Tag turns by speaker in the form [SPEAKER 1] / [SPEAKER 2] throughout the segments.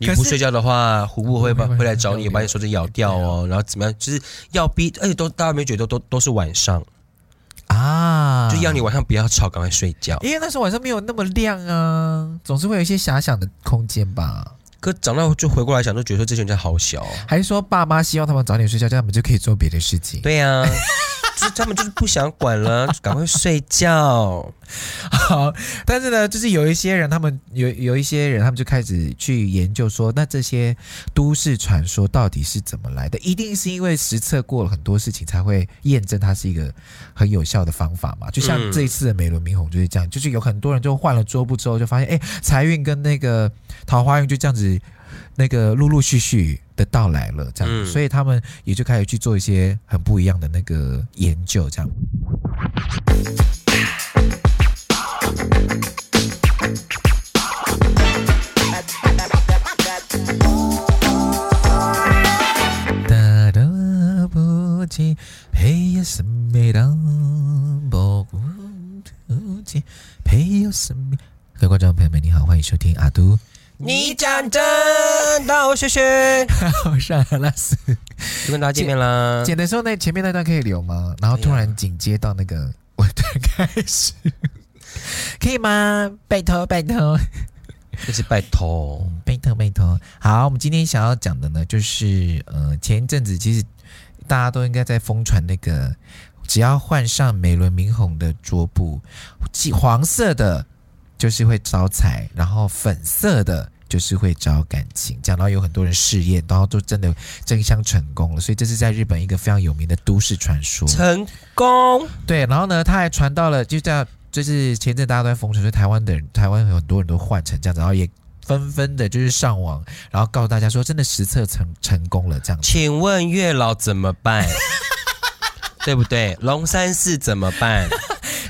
[SPEAKER 1] 你不睡觉的话，虎部会把会来找你，把你手指咬掉哦，然后怎么样？就是要逼，而且都大家没觉得都都都是晚上，
[SPEAKER 2] 啊，
[SPEAKER 1] 就要你晚上不要吵，赶快睡觉。
[SPEAKER 2] 因为那时候晚上没有那么亮啊，总是会有一些遐想的空间吧。
[SPEAKER 1] 可长大后就回过来想，就觉得说这群人真的好小哦、
[SPEAKER 2] 还是说爸妈希望他们早点睡觉，这样他们就可以做别的事情？
[SPEAKER 1] 对呀、 就是他们就是不想管了，就赶快睡觉。
[SPEAKER 2] 好，但是呢，就是有一些人，他们有有一些人，他们就开始去研究说，那这些都市传说到底是怎么来的？一定是因为实测过了很多事情，才会验证它是一个很有效的方法嘛。就像
[SPEAKER 1] 嗯
[SPEAKER 2] 这一次的美轮明宏就是这样，就是有很多人就换了桌布之后，就发现，哎，财运跟那个桃花运就这样子，那个陆陆续续的到来了，这样，
[SPEAKER 1] 嗯
[SPEAKER 2] 所以他们也就开始去做一些很不一样的那个研究，这样。哒哒不起，陪有什么当不顾不起，陪有什么？各位观众朋友们，你好，欢迎收听阿都。
[SPEAKER 1] 你讲真到学学，
[SPEAKER 2] 好上阿拉斯。
[SPEAKER 1] 就跟大家见面啦。
[SPEAKER 2] 剪的时候那前面那段可以留吗？然后突然紧接到那个，我突然开始，可以吗？拜托拜托。
[SPEAKER 1] 就是拜托，
[SPEAKER 2] 拜托拜托。好，我们今天想要讲的呢，就是呃，前一阵子其实大家都应该在疯传那个，只要换上美轮明宏的桌布，即黄色的就是会招财，然后粉色的。就是会招感情，讲到有很多人试验，然后就真的争相成功了，所以这是在日本一个非常有名的都市传说。
[SPEAKER 1] 成功。
[SPEAKER 2] 对，然后呢，他还传到了，就这样，就是前阵大家都在疯传，说台湾的人，台湾有很多人都换成这样子，然后也纷纷的就是上网，然后告诉大家说，真的实测成成功了这样子。
[SPEAKER 1] 请问月老怎么 办？对不对？龙山寺怎么办？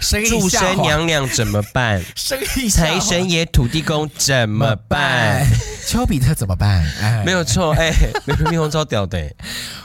[SPEAKER 2] 生
[SPEAKER 1] 祝生娘娘怎么 办？
[SPEAKER 2] 生意
[SPEAKER 1] 财神爷、土地公怎么办？？
[SPEAKER 2] 丘比特怎么办？哎，
[SPEAKER 1] 没有错，哎、美轮明宏超屌的、欸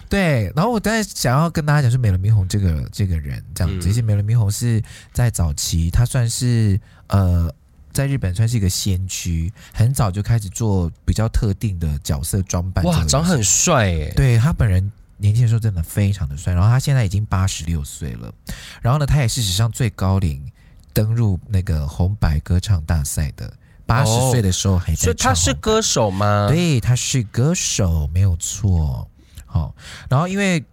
[SPEAKER 2] 对，然后我刚才想要跟大家讲，说美轮明宏这个这个人这样
[SPEAKER 1] 嗯
[SPEAKER 2] 子，其实美轮明宏是在早期，他算是呃。在日本算是一个先驱，很早就开始做比较特定的角色装扮这个
[SPEAKER 1] 哇，
[SPEAKER 2] 东西。
[SPEAKER 1] 长很帅哎、
[SPEAKER 2] 对他本人年轻的时候真的非常的帅，然后他现在已经八十六岁了，然后呢，他也是史上最高龄登入那个红白歌唱大赛的，八十
[SPEAKER 1] 哦
[SPEAKER 2] 岁的时候还
[SPEAKER 1] 所
[SPEAKER 2] 在唱红白、
[SPEAKER 1] 以他是呃歌手吗？
[SPEAKER 2] 对，他是歌手，没有错。好、然后因为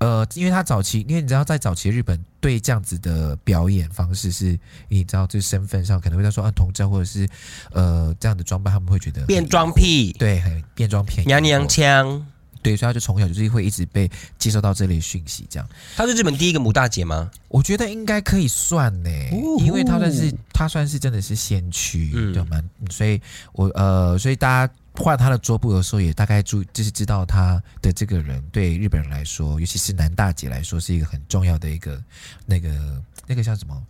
[SPEAKER 2] 呃，因为他早期，因为你知道，在早期的日本对这样子的表演方式是，你知道，这身份上可能会在说啊，同志或者是呃这样的装扮，他们会觉得很
[SPEAKER 1] 变装
[SPEAKER 2] 疑惑，
[SPEAKER 1] 屁，
[SPEAKER 2] 对，很变装片，
[SPEAKER 1] 娘娘腔。
[SPEAKER 2] 对，所以他就从小就是会一直被接受到这类讯息，这样
[SPEAKER 1] 她是日本第一个母大姐吗？
[SPEAKER 2] 我觉得应该可以算呢、
[SPEAKER 1] 哦
[SPEAKER 2] 因为他算是他算是真的是先驱，
[SPEAKER 1] 嗯
[SPEAKER 2] 对吗？所以我呃，所以大家换他的桌布的时候，也大概注就是知道他的这个人对日本人来说，尤其是男大姐来说，是一个很重要的一个那个那个叫什么？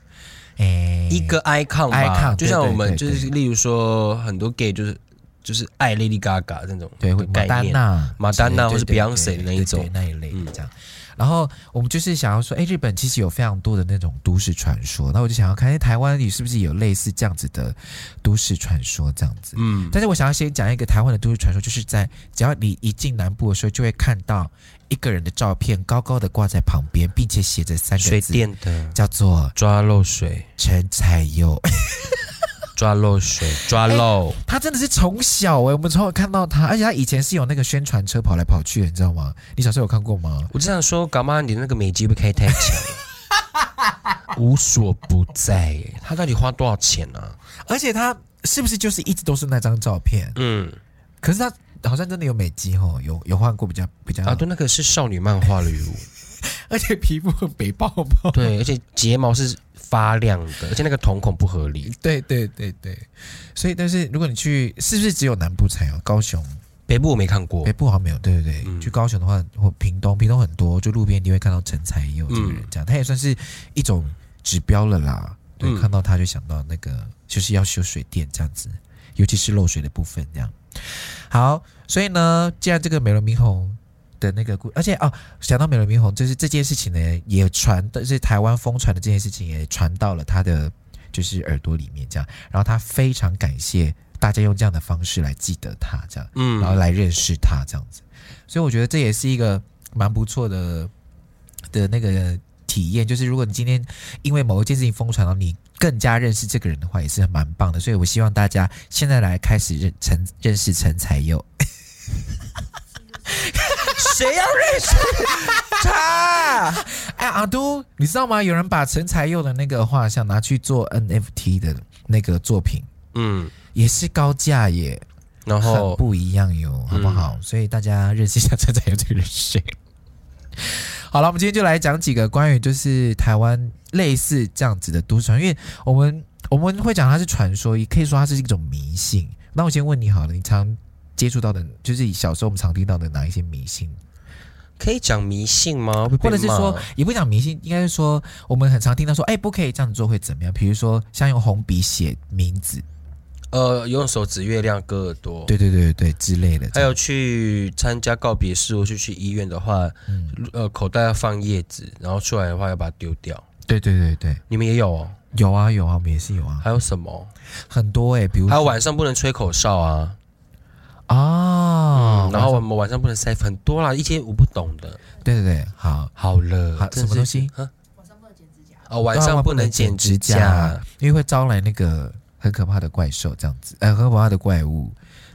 [SPEAKER 2] 哎、
[SPEAKER 1] 一个 icon 吧
[SPEAKER 2] icon，
[SPEAKER 1] 就像
[SPEAKER 2] 对对
[SPEAKER 1] 我们
[SPEAKER 2] 对
[SPEAKER 1] 就
[SPEAKER 2] 对
[SPEAKER 1] 是例如说很多 gay 就是就是爱 Lady Gaga 那种
[SPEAKER 2] 对，会
[SPEAKER 1] 概
[SPEAKER 2] 马丹
[SPEAKER 1] 念，
[SPEAKER 2] 娜、
[SPEAKER 1] 马丹娜
[SPEAKER 2] 对
[SPEAKER 1] 或是
[SPEAKER 2] 对对
[SPEAKER 1] Beyonce
[SPEAKER 2] 对
[SPEAKER 1] 那一
[SPEAKER 2] 对
[SPEAKER 1] 种
[SPEAKER 2] 对那一类
[SPEAKER 1] 嗯
[SPEAKER 2] 的这样。然后我们就是想要说，哎，日本其实有非常多的那种都市传说，那我就想要看，哎，台湾里是不是有类似这样子的都市传说这样子？
[SPEAKER 1] 嗯，
[SPEAKER 2] 但是我想要先讲一个台湾的都市传说，就是在只要你一进南部的时候，就会看到一个人的照片高高的挂在旁边，并且写着三个
[SPEAKER 1] 水
[SPEAKER 2] 字，
[SPEAKER 1] 电的
[SPEAKER 2] 叫做
[SPEAKER 1] 抓漏水，
[SPEAKER 2] 陈彩佑。
[SPEAKER 1] 抓漏水，抓漏，
[SPEAKER 2] 他真的是从小哎、我们从小看到他，而且他以前是有那个宣传车跑来跑去的，你知道吗？你小时候有看过吗？
[SPEAKER 1] 我只想说，搞妈你那个美肌会不会开太强 了，无所不在耶，他到底花多少钱啊？
[SPEAKER 2] 而且他是不是就是一直都是那张照片？
[SPEAKER 1] 嗯，
[SPEAKER 2] 可是他好像真的有美肌哦，有有换过比较比较，
[SPEAKER 1] 啊，对，那个是少女漫画的语录，
[SPEAKER 2] 而且皮肤很肥爆爆。
[SPEAKER 1] 对，而且睫毛是发亮的，而且那个瞳孔不合理，
[SPEAKER 2] 对对对对，所以但是如果你去，是不是只有南部才有？高雄、
[SPEAKER 1] 北部我没看过
[SPEAKER 2] 北，部好像没有。对对对，
[SPEAKER 1] 嗯
[SPEAKER 2] 去高雄的话，或屏东，屏东很多，就路边你会看到陈才佑这个人，
[SPEAKER 1] 嗯
[SPEAKER 2] 这样、他也算是一种指标了啦。对，
[SPEAKER 1] 嗯
[SPEAKER 2] 看到他就想到那个就是要修水电这样子，尤其是漏水的部分这样。好，所以呢，既然这个美轮明宏的那个故，而且哦，想到美轮明宏，就是这件事情呢，也传的是台湾疯传的这件事情，也传到了他的就是耳朵里面这样。然后他非常感谢大家用这样的方式来记得他，这样，
[SPEAKER 1] 嗯，
[SPEAKER 2] 然后来认识他，这样子。所以我觉得这也是一个蛮不错的的那个体验，就是如果你今天因为某一件事情疯传到你更加认识这个人的话，也是蛮棒的。所以我希望大家现在来开始认陈认识陈才佑，
[SPEAKER 1] 谁要认识他？
[SPEAKER 2] 哎，阿都，你知道吗？有人把陈才佑的那个画像拿去做 NFT 的那个作品，
[SPEAKER 1] 嗯，
[SPEAKER 2] 也是高价耶，
[SPEAKER 1] 然
[SPEAKER 2] 很
[SPEAKER 1] 后嗯
[SPEAKER 2] 不一样哟，好不好？所以大家认识一下陈才佑这个人是谁。 好了，我们今天就来讲几个关于就是台湾类似这样子的都市传说，因为我们我们会讲它是传说，也可以说它是一种迷信。那我先问你好了，你常接触到的，就是小时候我们常听到的哪一些迷信？
[SPEAKER 1] 可以讲迷信吗？会被
[SPEAKER 2] 或者是
[SPEAKER 1] 骂
[SPEAKER 2] 说，也不讲迷信，应该是说我们很常听到说，哎、不可以这样做会怎么样？比如说像用红笔写名字，
[SPEAKER 1] 呃，用手指月亮割耳朵，
[SPEAKER 2] 对对对对对之类的。
[SPEAKER 1] 哦还有去参加告别式或是去医院的话，
[SPEAKER 2] 嗯，
[SPEAKER 1] 呃，口袋要放叶子，然后出来的话要把它丢掉。
[SPEAKER 2] 对对对对，
[SPEAKER 1] 你们也有哦？
[SPEAKER 2] 有啊有啊，我们也是有啊，
[SPEAKER 1] 还有什么？
[SPEAKER 2] 很多哎、比如
[SPEAKER 1] 还有
[SPEAKER 2] 说
[SPEAKER 1] 晚上不能吹口哨啊，
[SPEAKER 2] 啊、哦
[SPEAKER 1] 嗯，然后我们晚上不能塞，很多啦，一些我不懂的。
[SPEAKER 2] 对对对，好，
[SPEAKER 1] 好了，
[SPEAKER 2] 好
[SPEAKER 1] 真
[SPEAKER 2] 什
[SPEAKER 1] 是
[SPEAKER 2] 么东西？
[SPEAKER 1] 啊哦，晚上不能剪指甲。
[SPEAKER 2] 因为会招来那个很可怕的怪兽这样子，呃，很可怕的怪物。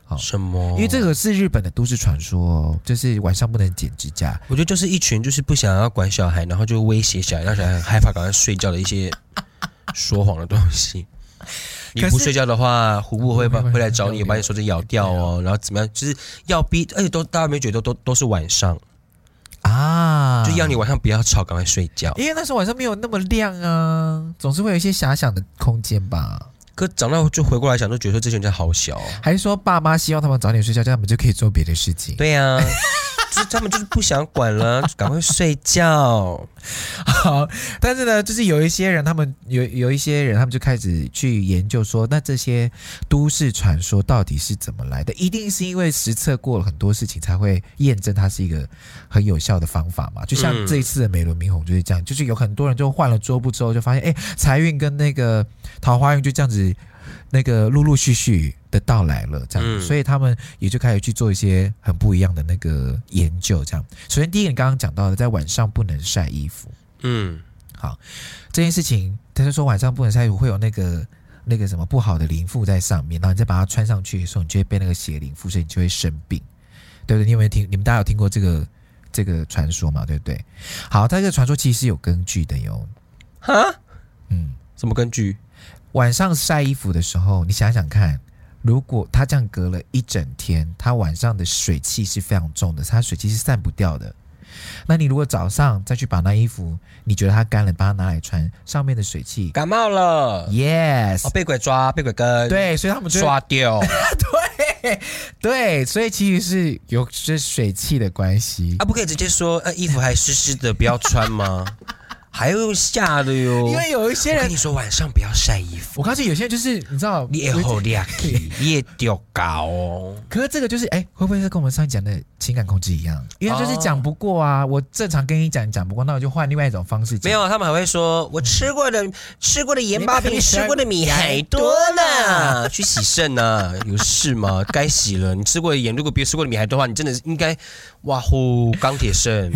[SPEAKER 2] 好
[SPEAKER 1] 什么？
[SPEAKER 2] 因为这个是日本的都市传说哦，就是晚上不能剪指甲，
[SPEAKER 1] 我觉得就是一群就是不想要管小孩，然后就威胁小孩，让小孩很害怕，赶快睡觉的一些说谎的东 西。你
[SPEAKER 2] 可
[SPEAKER 1] 不
[SPEAKER 2] 是
[SPEAKER 1] 睡觉的话，虎扑会把
[SPEAKER 2] 会
[SPEAKER 1] 会来找你，
[SPEAKER 2] 会
[SPEAKER 1] 把你手指咬掉哦，然后怎么样？就是要逼，而且都大家有没有觉得都都都是晚上，
[SPEAKER 2] 啊，
[SPEAKER 1] 就要你晚上不要吵，赶快睡觉。
[SPEAKER 2] 因为那时候晚上没有那么亮啊，总是会有一些遐想的空间吧。
[SPEAKER 1] 可长大后就回过来想，都觉得说这些人真的好小、哦。
[SPEAKER 2] 还是说爸妈希望他们早点睡觉，这样他们就可以做别的事情？
[SPEAKER 1] 对呀、就是他们就是不想管了，就赶快睡觉。
[SPEAKER 2] 好，但是呢，就是有一些人，他们有有一些人，他们就开始去研究说，那这些都市传说到底是怎么来的？一定是因为实测过了很多事情，才会验证它是一个很有效的方法嘛。就像
[SPEAKER 1] 嗯
[SPEAKER 2] 这一次的美轮明宏就是这样，就是有很多人就换了桌布之后，就发现，哎、财运跟那个桃花运就这样子，那个陆陆续续的到来了，这样，
[SPEAKER 1] 嗯
[SPEAKER 2] 所以他们也就开始去做一些很不一样的那个研究，这样。首先，第一个你刚刚讲到的，在晚上不能晒衣服。
[SPEAKER 1] 嗯，
[SPEAKER 2] 这件事情，他就说晚上不能晒衣服，会有那个那个什么不好的灵附在上面，然后你再把它穿上去的时候，你就会被那个邪灵附身，你就会生病，对不对？你有没有听？你们大家有听过这个这个传说嘛？对不对？好，它这个传说其实是有根据的哟。
[SPEAKER 1] 哈，
[SPEAKER 2] 嗯，
[SPEAKER 1] 什么根据？
[SPEAKER 2] 晚上晒衣服的时候，你想想看，如果它这样隔了一整天，它晚上的水汽是非常重的，它水汽是散不掉的。那你如果早上再去把那衣服，你觉得它干了，把它拿来穿，上面的水汽
[SPEAKER 1] 感冒了，
[SPEAKER 2] ，yes，、
[SPEAKER 1] 哦，被鬼抓，被鬼跟，，
[SPEAKER 2] 对，所以他们就会
[SPEAKER 1] 刷掉。
[SPEAKER 2] 对，所以其实是有就是水汽的关系，
[SPEAKER 1] 啊，不可以直接说，呃，衣服还湿湿的，不要穿吗？还有吓的哟。
[SPEAKER 2] 因为有一些
[SPEAKER 1] 我跟
[SPEAKER 2] 人，
[SPEAKER 1] 你说，晚上不要晒衣服，
[SPEAKER 2] 我告诉你，有些人就是你知道，
[SPEAKER 1] 你也好亮气，你也掉搞哦。
[SPEAKER 2] 可是这个就是哎、会不会是跟我们上一讲的情感控制一样？因为就是讲不过啊，我正常跟你讲讲不过，那我就换另外一种方式
[SPEAKER 1] 哦
[SPEAKER 2] 讲。
[SPEAKER 1] 没有，他们还会说，我吃过的、吃过的盐巴比你吃过的米还多呢。去洗肾呢、 有事吗？该洗了。你吃过的盐如果比吃过的米还多的话，你真的是应该哇呼钢铁肾，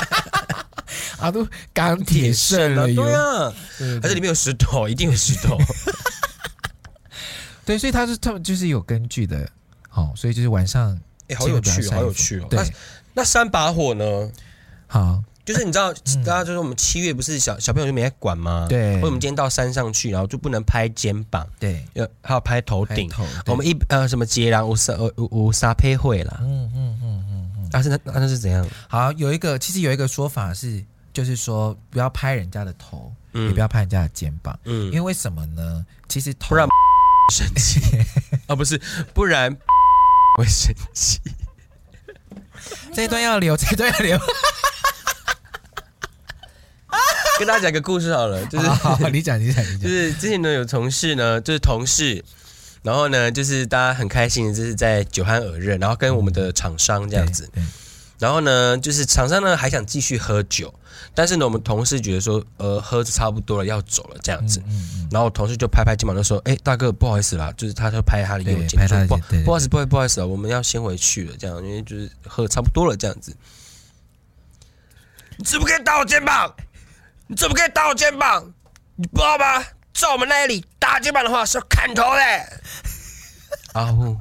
[SPEAKER 2] 啊，都钢铁肾了哟
[SPEAKER 1] 对。啊，
[SPEAKER 2] 对
[SPEAKER 1] 而且
[SPEAKER 2] 对
[SPEAKER 1] 里面有石头，一定有石 头。
[SPEAKER 2] 对所以他是他们就是有根据的，好、所以就是晚上
[SPEAKER 1] 哎、好有
[SPEAKER 2] 千
[SPEAKER 1] 趣，
[SPEAKER 2] 万
[SPEAKER 1] 哦，好
[SPEAKER 2] 不
[SPEAKER 1] 有
[SPEAKER 2] 要晒
[SPEAKER 1] 趣
[SPEAKER 2] 衣
[SPEAKER 1] 哦
[SPEAKER 2] 服。
[SPEAKER 1] 那啊
[SPEAKER 2] 对，
[SPEAKER 1] 那三把火呢？
[SPEAKER 2] 好，
[SPEAKER 1] 就是你知道，大家就是我们七月不是小小朋友就没在管吗？。
[SPEAKER 2] 对，
[SPEAKER 1] 或者我们今天到山上去，然后就不能拍肩膀，
[SPEAKER 2] 对
[SPEAKER 1] 要还有拍头顶。
[SPEAKER 2] 开头对
[SPEAKER 1] 我们一呃什么杰郎乌沙呃乌沙配会啦，啊
[SPEAKER 2] 嗯嗯嗯嗯嗯。
[SPEAKER 1] 但、是那那那是怎样？
[SPEAKER 2] 好，有一个其实有一个说法是，就是说不要拍人家的头，
[SPEAKER 1] 嗯
[SPEAKER 2] 也不要拍人家的肩膀，
[SPEAKER 1] 嗯，
[SPEAKER 2] 因为为什么呢？其实头
[SPEAKER 1] 不然生气 啊，不是，不然 会生气。
[SPEAKER 2] 这一段要留，这一段要留，
[SPEAKER 1] 跟大家讲个故事好了， 就是
[SPEAKER 2] 好好好哦 你讲你讲你
[SPEAKER 1] 就
[SPEAKER 2] 讲，
[SPEAKER 1] 是之前呢有同事呢，就是同事，然后呢就是大家很开心，就是在酒酣耳热，然后跟我们的厂商这样子，
[SPEAKER 2] 对，对
[SPEAKER 1] 然后呢，就是厂商呢还想继续喝酒，但是呢，我们同事觉得说，呃，喝的差不多了，要走了这样子。
[SPEAKER 2] 嗯
[SPEAKER 1] 然后我同事就拍拍肩膀，就说：“哎、大哥，不好意思啦，就是他就拍他的右
[SPEAKER 2] 对
[SPEAKER 1] 肩，
[SPEAKER 2] 拍
[SPEAKER 1] 说
[SPEAKER 2] 他的
[SPEAKER 1] 不
[SPEAKER 2] 肩对对
[SPEAKER 1] 不好意思，不好意思，不好意思啊，我们要先回去了，这样，因为就是喝的差不多了这样子。你怎么可以打我肩膀？你怎么可以打我肩膀？你不知道吗？在我们那里打肩膀的话是要砍头的。啊呜！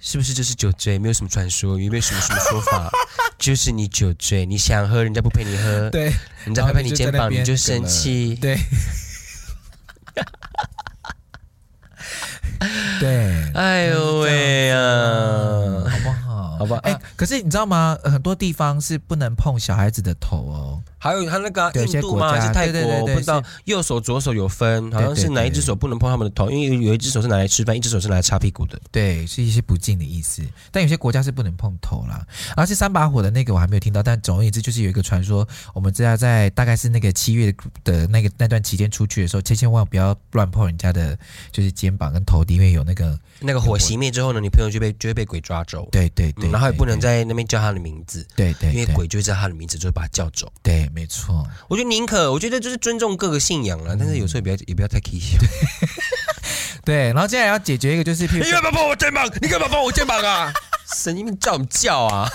[SPEAKER 1] 是不是这是酒醉？没有什么传说，也没有什么什么说 法，就是你酒醉，你想喝，人家不陪你喝，
[SPEAKER 2] 对，
[SPEAKER 1] 人家拍拍你肩
[SPEAKER 2] 然后
[SPEAKER 1] 膀，你
[SPEAKER 2] 就
[SPEAKER 1] 就
[SPEAKER 2] 在那边
[SPEAKER 1] 生气。
[SPEAKER 2] 对， 对，
[SPEAKER 1] 哎呦喂
[SPEAKER 2] 嗯，
[SPEAKER 1] 呀！
[SPEAKER 2] 好不好？
[SPEAKER 1] 呃好吧
[SPEAKER 2] 哎、
[SPEAKER 1] 啊
[SPEAKER 2] 可是你知道吗？很多地方是不能碰小孩子的头哦。
[SPEAKER 1] 还有他那个啊
[SPEAKER 2] 对有些
[SPEAKER 1] 印度嘛，
[SPEAKER 2] 国
[SPEAKER 1] 还
[SPEAKER 2] 家
[SPEAKER 1] 是泰
[SPEAKER 2] 对对对
[SPEAKER 1] 国，我
[SPEAKER 2] 对
[SPEAKER 1] 不知道右手左手有分，好像
[SPEAKER 2] 对
[SPEAKER 1] 是
[SPEAKER 2] 对
[SPEAKER 1] 哪一只手不能碰他们的头，因为有一只手是拿来吃饭，一只手是拿来擦屁股的。
[SPEAKER 2] 对，是一些不敬的意思。但有些国家是不能碰头啦。而是三把火的那个我还没有听到，但总而言之，就是有一个传说，我们知道在大概是那个七月的那个那段期间出去的时候，千千万不要乱碰人家的，就是肩膀跟头顶，因为有那个
[SPEAKER 1] 那个火熄灭之后呢，你朋友就被就会被鬼抓走，
[SPEAKER 2] 对对对、
[SPEAKER 1] 嗯然后也不能
[SPEAKER 2] 对
[SPEAKER 1] 在那边叫他的名字，
[SPEAKER 2] 对对，
[SPEAKER 1] 因为
[SPEAKER 2] 对
[SPEAKER 1] 鬼就会知道他的名字，就会把他叫走。
[SPEAKER 2] 对，没错。
[SPEAKER 1] 我觉得宁可，我觉得就是尊重各个信仰了，但是有时候也不要也不要太 k 笑。
[SPEAKER 2] 对，然后接下来要解决一个就是，譬如说
[SPEAKER 1] 嘛碰我肩膀？你干嘛碰我肩膀啊？ 神经病叫什么叫啊？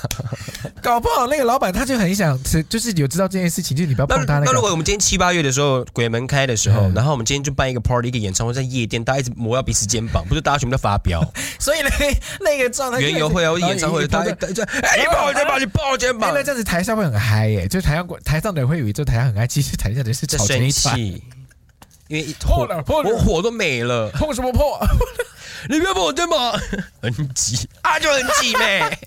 [SPEAKER 2] 搞不好那个老板他就很想吃，就是有知道这件事情，就是你不要
[SPEAKER 1] 那
[SPEAKER 2] 碰他那
[SPEAKER 1] 那如
[SPEAKER 2] 个。
[SPEAKER 1] 果我们今天七八月的时候，鬼门开的时候，
[SPEAKER 2] 嗯
[SPEAKER 1] 然后我们今天就办一个 party，一个演唱会，在夜店，大家一直磨到彼此肩膀，不是大家全部都发飙？
[SPEAKER 2] 所以呢， 那个状态就是
[SPEAKER 1] 园游会啊，或者
[SPEAKER 2] 然后
[SPEAKER 1] 演唱会，
[SPEAKER 2] 一碰
[SPEAKER 1] 大
[SPEAKER 2] 就
[SPEAKER 1] 家大家就哎，你碰我肩膀，你碰我肩
[SPEAKER 2] 哎
[SPEAKER 1] 膀
[SPEAKER 2] 那，这样子台下会很嗨耶、就台上台上的人会以为就台上很嗨，其实台下的人是
[SPEAKER 1] 在
[SPEAKER 2] 吵成
[SPEAKER 1] 生
[SPEAKER 2] 一团。
[SPEAKER 1] 气，因为一
[SPEAKER 2] 破
[SPEAKER 1] 火
[SPEAKER 2] 了破了
[SPEAKER 1] 我火都没了。
[SPEAKER 2] 碰什么碰？
[SPEAKER 1] 你不要碰我肩膀，很挤啊，就很挤呗。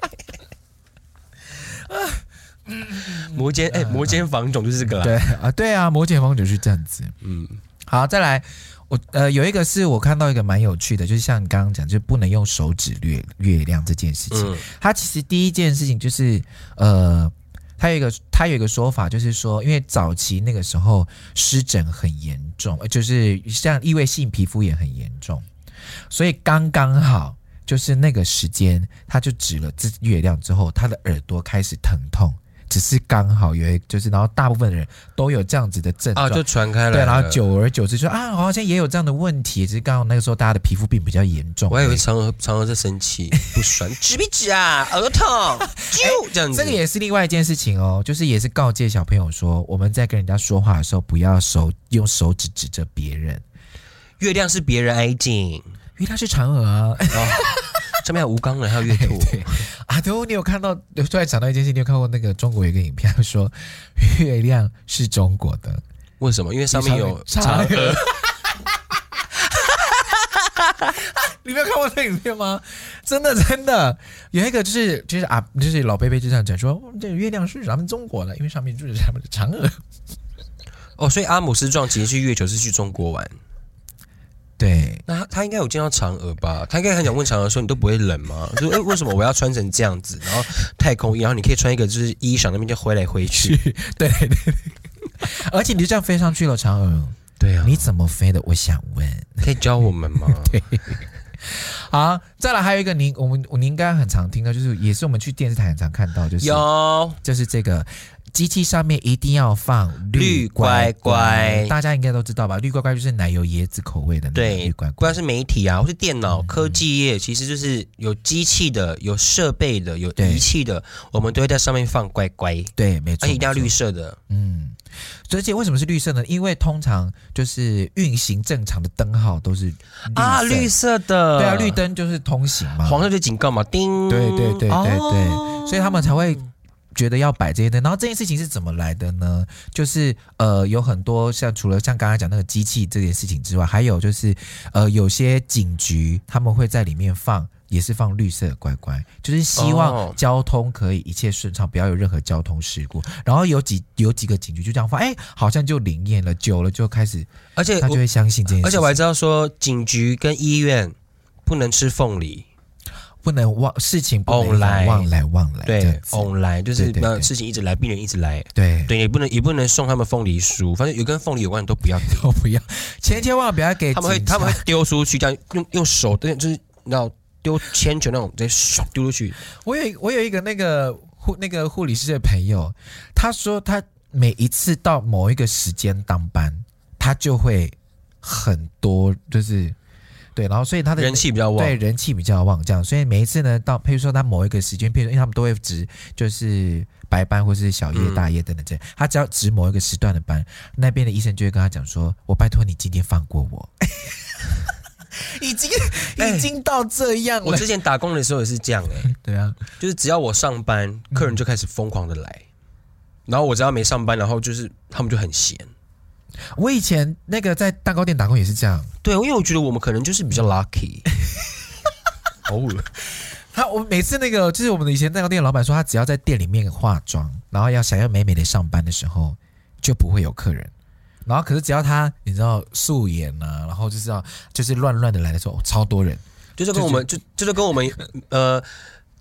[SPEAKER 1] 摩肩哎，摩肩房总就是这个啦。
[SPEAKER 2] 对啊，对啊，魔戒王者是这样子。
[SPEAKER 1] 嗯，
[SPEAKER 2] 好，再来，我呃有一个是我看到一个蛮有趣的，就是像你刚刚讲，就不能用手指略月亮这件事情。
[SPEAKER 1] 嗯
[SPEAKER 2] 它其实第一件事情就是，呃，它有一个它有一个说法，就是说，因为早期那个时候湿疹很严重，呃就是像异位性皮肤也很严重，所以刚刚好就是那个时间，他就指了这月亮之后，他的耳朵开始疼痛，只是刚好有一就是，然后大部分的人都有这样子的症状。
[SPEAKER 1] 啊，就传开了。
[SPEAKER 2] 对，然后久而久之就啊，好像也有这样的问题，只是刚好那个时候大家的皮肤病比较严重。
[SPEAKER 1] 我还以为嫦娥嫦娥在生 气，不爽，指不指啊？耳朵 痛，啾，这样子。
[SPEAKER 2] 这个也是另外一件事情哦，就是也是告诫小朋友说，我们在跟人家说话的时候，不要手用手指指着别人，
[SPEAKER 1] 月亮是别人挨近，
[SPEAKER 2] 因为他是嫦娥 啊。
[SPEAKER 1] 哦，上面还有吴刚人，还有月 兔，
[SPEAKER 2] 对啊，对哦，你有看到？突然想到一件事，你有看过那个中国有一个影片，他说 月亮是中国的，
[SPEAKER 1] 为什么？因为上面有
[SPEAKER 2] 嫦
[SPEAKER 1] 嫦 娥
[SPEAKER 2] 娥。你没有看过这影片吗？真的真的，有一个就是就是啊，就是老贝贝就这样讲说，哦这个月亮是咱们中国的，因为上面就是咱们的嫦娥。
[SPEAKER 1] 哦，所以阿姆斯壮其实去月球是去中国玩，
[SPEAKER 2] 对，
[SPEAKER 1] 那他他应该有见到嫦娥吧？他应该很想问嫦娥说：“你都不会冷吗？就哎、为什么我要穿成这样子？然后太空衣，然后你可以穿一个就是衣裳那边就挥来挥去。
[SPEAKER 2] 对对对， 而且你就这样飞上去了，嫦娥，”
[SPEAKER 1] 对啊，
[SPEAKER 2] 你怎么飞的？我想问。
[SPEAKER 1] 可以教我们 吗？
[SPEAKER 2] 好，再来还有一个您，我们您应该很常听到，就是也是我们去电视台很常看到，就是
[SPEAKER 1] 有
[SPEAKER 2] 就是这个机器上面一定要放
[SPEAKER 1] 绿乖乖
[SPEAKER 2] 大家应该都知道吧？绿乖乖就是奶油椰子口味的那个
[SPEAKER 1] 对
[SPEAKER 2] 绿乖
[SPEAKER 1] 不
[SPEAKER 2] 乖
[SPEAKER 1] 管。是媒体啊，或是电脑、
[SPEAKER 2] 嗯
[SPEAKER 1] 科技业，其实就是有机器的、有设备的、有
[SPEAKER 2] 对
[SPEAKER 1] 仪器的，我们都会在上面放乖乖，
[SPEAKER 2] 对，没
[SPEAKER 1] 而
[SPEAKER 2] 错，
[SPEAKER 1] 啊且一定要
[SPEAKER 2] 没错
[SPEAKER 1] 绿色的。
[SPEAKER 2] 嗯，而且为什么是绿色呢？因为通常就是运行正常的灯号都是色
[SPEAKER 1] 啊，绿色的，
[SPEAKER 2] 对啊，绿，灯就是通行嘛，
[SPEAKER 1] 黄色就警告嘛，叮。
[SPEAKER 2] 对对对对对
[SPEAKER 1] 哦
[SPEAKER 2] 所以他们才会觉得要摆这些灯。然后这件事情是怎么来的呢？就是呃，有很多像除了像刚才讲那个机器这件事情之外，还有就是呃，有些警局他们会在里面放。也是放绿色的乖乖，就是希
[SPEAKER 1] 哦
[SPEAKER 2] 望交通可以一切顺畅，不要有任何交通事故。然后有几有几个警局就这样放，哎、好像就灵验了，久了就开始
[SPEAKER 1] 而且
[SPEAKER 2] 他就
[SPEAKER 1] 我
[SPEAKER 2] 会相信这件事
[SPEAKER 1] 而且
[SPEAKER 2] 情。
[SPEAKER 1] 我还知道说，警局跟医院不能吃凤梨，
[SPEAKER 2] 不能忘事情不
[SPEAKER 1] 往
[SPEAKER 2] 能
[SPEAKER 1] 来
[SPEAKER 2] 忘来忘来，这
[SPEAKER 1] 对
[SPEAKER 2] 样，子
[SPEAKER 1] 往来就是
[SPEAKER 2] 对对
[SPEAKER 1] 让
[SPEAKER 2] 对
[SPEAKER 1] 事情一直来，病人一直来，
[SPEAKER 2] 对
[SPEAKER 1] 对，也不能也不能送他们凤梨酥，反正有跟凤梨有关的都不要丢，
[SPEAKER 2] 都不要，千千万不要给
[SPEAKER 1] 他们会
[SPEAKER 2] 哎警察
[SPEAKER 1] 他们会丢出去，这样用用手对，就是然后丢铅球那种，直接唰丢出去。
[SPEAKER 2] 我有我有一个那个护那个护理师的朋友，他说他每一次到某一个时间当班，他就会很多，就是对，然后所以他的
[SPEAKER 1] 人气比较旺
[SPEAKER 2] 对，人气比较旺，这样，所以每一次呢，到譬如说他某一个时间，譬如说因为他们都会值就是白班或是小夜、
[SPEAKER 1] 嗯
[SPEAKER 2] 大夜等等这样，他只要值某一个时段的班，那边的医生就会跟他讲说：“我拜托你今天放过 我。”已经已经到这样了，
[SPEAKER 1] 我之前打工的时候也是这样哎、
[SPEAKER 2] 对啊，
[SPEAKER 1] 就是只要我上班，客人就开始疯狂的来，然后我只要没上班，然后就是他们就很闲。
[SPEAKER 2] 我以前那个在蛋糕店打工也是这样，
[SPEAKER 1] 对，因为我觉得我们可能就是比较 lucky。偶尔，
[SPEAKER 2] 他我每次那个就是我们的以前蛋糕店的老板说，他只要在店里面化妆，然后要想要美美的上班的时候，就不会有客人。然后可是只要他你知道素颜啊，然后就是要就是乱乱的来的时候，哦超 多人。
[SPEAKER 1] 就是跟我们就就是跟我们呃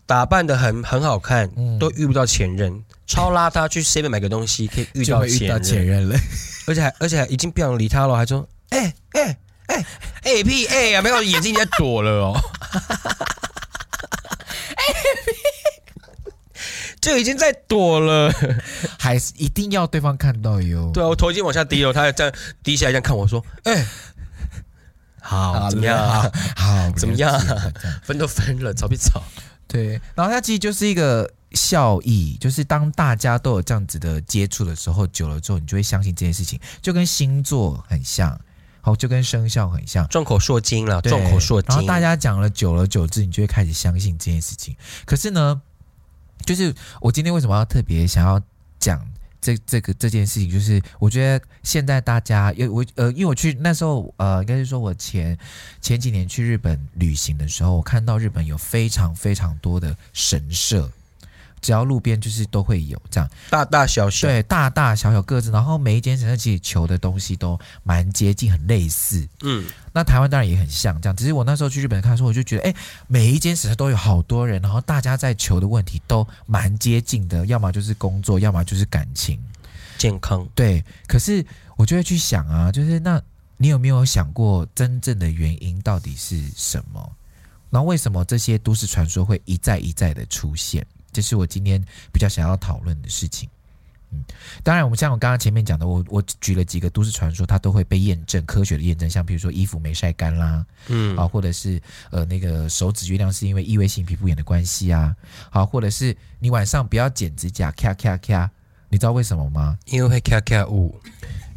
[SPEAKER 1] 打扮的很很好看，
[SPEAKER 2] 嗯
[SPEAKER 1] 都遇不到前任，超邋遢去 seven 买个东西可以遇
[SPEAKER 2] 就
[SPEAKER 1] 到
[SPEAKER 2] 会遇
[SPEAKER 1] 前
[SPEAKER 2] 到
[SPEAKER 1] 任，
[SPEAKER 2] 前任了，
[SPEAKER 1] 而且还而且还已经不想理他了，还说哎哎哎哎屁哎呀，没有眼睛你在躲了哦。 哎就已经在躲了，
[SPEAKER 2] 还是一定要对方看到哟。
[SPEAKER 1] 对啊，我头已经往下低了，他还这样低下来这样看我说，哎、好
[SPEAKER 2] 好，
[SPEAKER 1] 怎么样
[SPEAKER 2] 好
[SPEAKER 1] 啊？，
[SPEAKER 2] 好
[SPEAKER 1] 怎么样啊
[SPEAKER 2] 了解了这样
[SPEAKER 1] 分都分了，吵不吵？
[SPEAKER 2] 对，然后它其实就是一个效益，就是当大家都有这样子的接触的时候，久了之后，你就会相信这件事情，就跟星座很像，好，就跟生肖很像。
[SPEAKER 1] 众口铄金了，
[SPEAKER 2] 对
[SPEAKER 1] 众口铄金。
[SPEAKER 2] 然后大家讲了久了久之，你就会开始相信这件事情。可是呢，就是我今天为什么要特别想要讲这这个这件事情，就是我觉得现在大家，因为我呃，因为我去那时候呃，应该是说我前前几年去日本旅行的时候，我看到日本有非常非常多的神社。只要路边就是都会有这样，
[SPEAKER 1] 大大小小，
[SPEAKER 2] 对，大大小小各自，然后每一间神社其实求的东西都蛮接近，很类似，
[SPEAKER 1] 嗯，
[SPEAKER 2] 那台湾当然也很像这样，只是我那时候去日本看的时候，我就觉得，哎、每一间神社都有好多人，然后大家在求的问题都蛮接近的，要么就是工作，要么就是感情。
[SPEAKER 1] 健康。
[SPEAKER 2] 对，可是我就会去想啊，就是那你有没有想过真正的原因到底是什么？然后为什么这些都市传说会一再一再的出现？这是我今天比较想要讨论的事情。嗯，当然，我们像我刚刚前面讲的，我我举了几个都市传说，它都会被验证，科学的验证，像比如说衣服没晒干啦，
[SPEAKER 1] 嗯，
[SPEAKER 2] 啊，或者是呃那个手指月亮是因为异位性皮肤炎的关系啊，好，或者是你晚上不要剪指甲，咔咔咔，你知道为什么吗？
[SPEAKER 1] 因为会卡卡舞，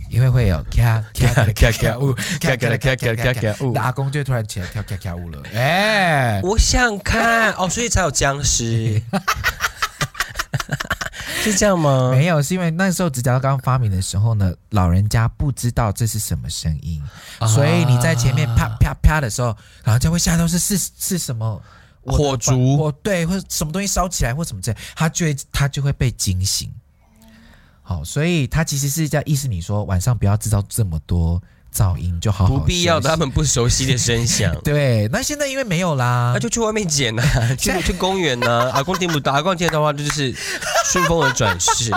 [SPEAKER 2] 因为会有咔咔咔咔咔呜，
[SPEAKER 1] 卡卡
[SPEAKER 2] 咔咔
[SPEAKER 1] 卡卡
[SPEAKER 2] 咔咔
[SPEAKER 1] 卡
[SPEAKER 2] 咔
[SPEAKER 1] 卡
[SPEAKER 2] 咔，
[SPEAKER 1] 舞。
[SPEAKER 2] 打工就突然起来跳咔咔咔舞了，哎，
[SPEAKER 1] 我想看哦，所以才有僵尸， 是这样吗？
[SPEAKER 2] 没有，是因为那时候指甲刀刚发明的时候呢，老人家不知道这是什么声音，
[SPEAKER 1] 啊
[SPEAKER 2] 所以你在前面啪啪啪的时候，老人家会吓到是是是什么。我的
[SPEAKER 1] 火烛
[SPEAKER 2] 火对，或者什么东西烧起来，或什么之类，他就会他就会被惊醒。好，所以他其实是在意思你说晚上不要制造这么多噪音，你就好好
[SPEAKER 1] 不必要的，
[SPEAKER 2] 休
[SPEAKER 1] 他
[SPEAKER 2] 息，
[SPEAKER 1] 们不熟悉的声响
[SPEAKER 2] 对，那现在因为没有啦，
[SPEAKER 1] 那就去外面捡呐、 啊，去去公园呐、啊。阿公听不到，阿公听得到的话就是顺风而转 世。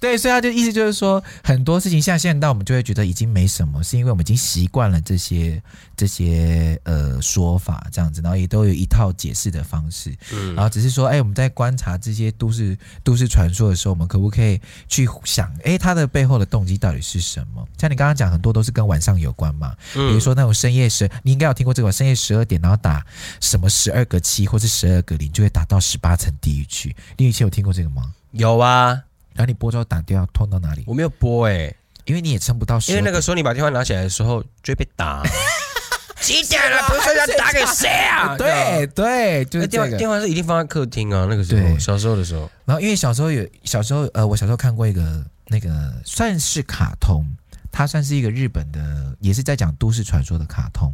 [SPEAKER 2] 对，所以他就意思就是说，很多事情像现在我们就会觉得已经没什么，是因为我们已经习惯了这些这些呃说法这样子，然后也都有一套解释的方式，
[SPEAKER 1] 嗯
[SPEAKER 2] 然后只是说，哎，我们在观察这些都市都市传说的时候，我们可不可以去想，哎，它的背后的动机到底是什么？像你刚刚讲，很多都是跟晚上有关嘛，比如
[SPEAKER 1] 嗯，
[SPEAKER 2] 说那种深夜十，你应该有听过这个深夜十二点，然后打什么十二个七或是十二个零，就会打到十八层地狱去。你以前有听过这个吗？
[SPEAKER 1] 有啊，
[SPEAKER 2] 然后你拨之后打电话通到哪里？
[SPEAKER 1] 我没有播哎、
[SPEAKER 2] 因为你也撑不到十
[SPEAKER 1] 因
[SPEAKER 2] 二
[SPEAKER 1] 为
[SPEAKER 2] 点，
[SPEAKER 1] 那个时候你把电话拿起来的时候就会被打。 几点了？不是要打给谁啊？
[SPEAKER 2] 对对，就
[SPEAKER 1] 那
[SPEAKER 2] 是
[SPEAKER 1] 电
[SPEAKER 2] 这
[SPEAKER 1] 话
[SPEAKER 2] 个。
[SPEAKER 1] 电话是一定放在客厅啊，那个时候
[SPEAKER 2] 对
[SPEAKER 1] 小时候的时候，
[SPEAKER 2] 然后因为小时候有小时候呃，我小时候看过一个那个算是卡通，它算是一个日本的，也是在讲都市传说的卡通。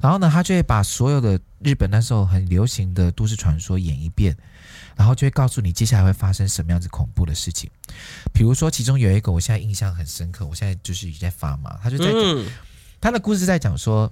[SPEAKER 2] 然后呢，它就会把所有的日本那时候很流行的都市传说演一遍，然后就会告诉你接下来会发生什么样子恐怖的事情。比如说，其中有一个我现在印象很深刻，我现在就是已经在发麻，它就在讲
[SPEAKER 1] 嗯，
[SPEAKER 2] 他的故事在讲说，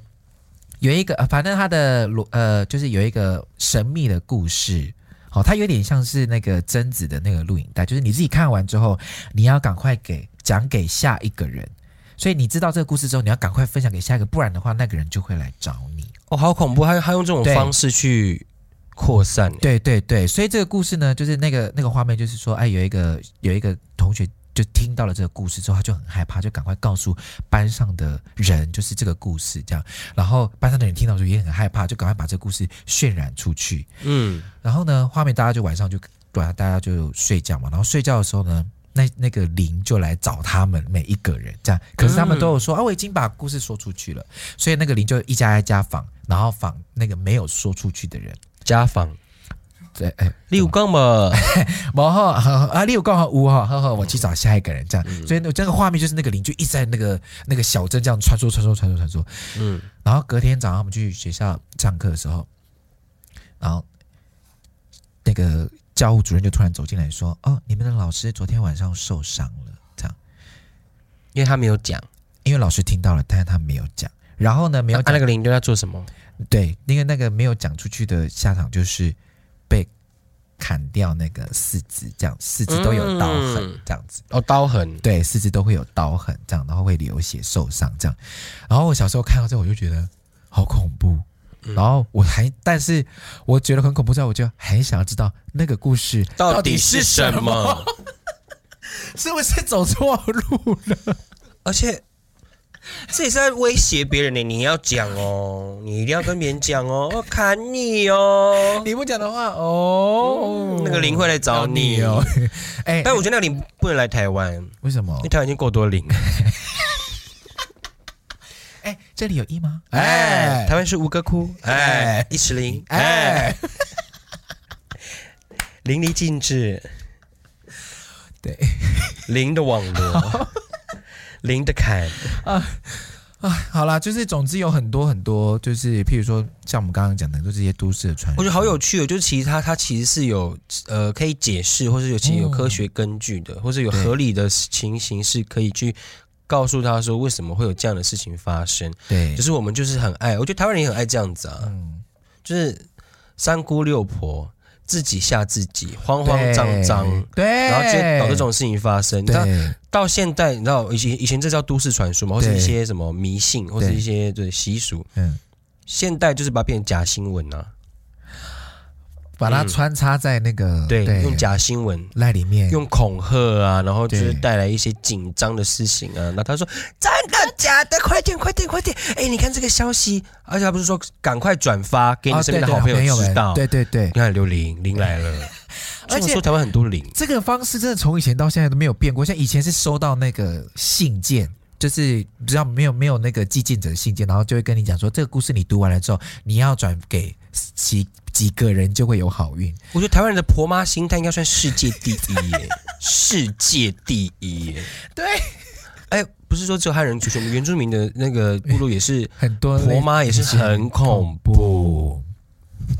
[SPEAKER 2] 有一个，呃反正他的罗呃，就是有一个神秘的故事。好、它有点像是那个贞子的那个录影带，就是你自己看完之后，你要赶快给讲给下一个人。所以你知道这个故事之后，你要赶快分享给下一个，不然的话，那个人就会来找你。
[SPEAKER 1] 哦，好恐怖！他他用这种
[SPEAKER 2] 对
[SPEAKER 1] 方式去扩散，欸
[SPEAKER 2] 对对对，所以这个故事呢，就是那个那个画面，就是说，哎，有一个有一个同学就听到了这个故事之后，他就很害怕，就赶快告诉班上的人，就是这个故事这样。然后班上的人听到之后也很害怕，就赶快把这个故事渲染出去。
[SPEAKER 1] 嗯，
[SPEAKER 2] 然后呢，画面大家就晚上就晚上大家就睡觉嘛，然后睡觉的时候呢。那那个灵就来找他们每一个人，这样，可是他们
[SPEAKER 1] 嗯
[SPEAKER 2] 都有说、啊，我已经把故事说出去了，所以那个灵就一家一家访，然后访那个没有说出去的人，
[SPEAKER 1] 家访。
[SPEAKER 2] 对，哎，
[SPEAKER 1] 你有讲无？
[SPEAKER 2] 然后啊，例如刚好五哈，呵呵，我去找下一个人这样，
[SPEAKER 1] 嗯
[SPEAKER 2] 所以这个画面就是那个邻居一直在那个那个小镇这样穿梭穿梭穿梭穿梭，
[SPEAKER 1] 嗯，
[SPEAKER 2] 然后隔天早上我们去学校上课的时候，然后那个教务主任就突然走进来说：“哦，你们的老师昨天晚上受伤了。”这样，
[SPEAKER 1] 因为他没有讲，
[SPEAKER 2] 因为老师听到了，但是他没有讲。然后呢，
[SPEAKER 1] 没
[SPEAKER 2] 没有
[SPEAKER 1] 他啊
[SPEAKER 2] 讲、
[SPEAKER 1] 那个领队在做什么？
[SPEAKER 2] 对，因为那个没有讲出去的下场就是被砍掉那个四肢，这样四肢都有刀痕
[SPEAKER 1] 嗯，
[SPEAKER 2] 这样子。
[SPEAKER 1] 哦，刀痕。
[SPEAKER 2] 对，四肢都会有刀痕，这样，然后会流血受伤，这样。然后我小时候看到这，我就觉得好恐怖。
[SPEAKER 1] 嗯
[SPEAKER 2] 然后我还，但是我觉得很恐怖之外，我就很想要知道那个故事
[SPEAKER 1] 到
[SPEAKER 2] 底
[SPEAKER 1] 底是什
[SPEAKER 2] 么
[SPEAKER 1] 么，
[SPEAKER 2] 是不是走错路了？
[SPEAKER 1] 而且这也是在威胁别人呢，你要讲哦，你一定要跟别人讲哦，我砍你哦。
[SPEAKER 2] 你不讲的话，哦，
[SPEAKER 1] 嗯那个灵会来找你
[SPEAKER 2] 哦。哎，
[SPEAKER 1] 但我觉得那个灵不能来台湾，因
[SPEAKER 2] 为什么
[SPEAKER 1] 为？台湾已经够多灵。
[SPEAKER 2] 哎，这里有一吗？
[SPEAKER 1] 哎
[SPEAKER 2] 哎，，
[SPEAKER 1] 台湾是吴哥窟，哎
[SPEAKER 2] 哎，
[SPEAKER 1] 一尺零，哎，
[SPEAKER 2] 哎，
[SPEAKER 1] 淋漓尽致。
[SPEAKER 2] 对，
[SPEAKER 1] 零的网 络，零的砍，
[SPEAKER 2] 好啦，就是总之有很多很多，就是譬如说像我们刚刚讲的，就这些都市的传说，
[SPEAKER 1] 我觉得好有趣哦。就是其实它它其实是有呃可以解释，或是有其实有
[SPEAKER 2] 嗯
[SPEAKER 1] 科学根据的，或是有
[SPEAKER 2] 对
[SPEAKER 1] 合理的情形是可以去告诉他说为什么会有这样的事情发生。
[SPEAKER 2] 对
[SPEAKER 1] 就，是我们就是很爱，我觉得台湾人也很爱这样子啊，
[SPEAKER 2] 嗯，
[SPEAKER 1] 就是三姑六婆自己吓自己，慌慌张张。
[SPEAKER 2] 对，
[SPEAKER 1] 然后直接搞这种事情发生，你知道
[SPEAKER 2] 对
[SPEAKER 1] 到现代，你知道以前以前这叫都市传说嘛，或是
[SPEAKER 2] 对
[SPEAKER 1] 一些什么迷信，或是
[SPEAKER 2] 对
[SPEAKER 1] 一些对习俗。
[SPEAKER 2] 嗯，
[SPEAKER 1] 现代就是把它变成假新闻啊，
[SPEAKER 2] 把它
[SPEAKER 1] 嗯
[SPEAKER 2] 穿插在那个、
[SPEAKER 1] 对，用假新闻，
[SPEAKER 2] 赖里面，
[SPEAKER 1] 用恐吓啊，然后就是
[SPEAKER 2] 对
[SPEAKER 1] 带来一些紧张的事情啊。那他说真的假的，快点快点快点！哎，你看这个消息，而且他不是说赶快转发给你
[SPEAKER 2] 啊
[SPEAKER 1] 身边的
[SPEAKER 2] 对
[SPEAKER 1] 好
[SPEAKER 2] 对
[SPEAKER 1] 朋
[SPEAKER 2] 朋
[SPEAKER 1] 友知
[SPEAKER 2] 们
[SPEAKER 1] 道。
[SPEAKER 2] 对对对
[SPEAKER 1] 你。看刘玲，玲来了，
[SPEAKER 2] 而
[SPEAKER 1] 这
[SPEAKER 2] 且
[SPEAKER 1] 么说台湾很多玲，
[SPEAKER 2] 这个方式真的从以前到现在都没有变过。像以前是收到那个信件，就是只要没有没有那个寄件者的信件，然后就会跟你讲说，这个故事你读完了之后，你要转给几几个人就会有好运。
[SPEAKER 1] 我觉得台湾人的婆妈心态应该算世界第一 耶，世界第一耶。
[SPEAKER 2] 对，
[SPEAKER 1] 哎，不是说只有汉人族群，原住民的那个部落也是
[SPEAKER 2] 很多
[SPEAKER 1] 婆妈也是很恐怖。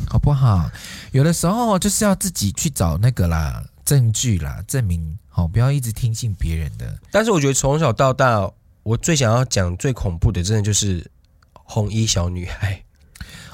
[SPEAKER 2] 好不好？有的时候就是要自己去找那个啦，证据啦，证明好，不要一直听信别人的。
[SPEAKER 1] 但是我觉得从小到大，我最想要讲最恐怖的，真的就是红衣小女孩。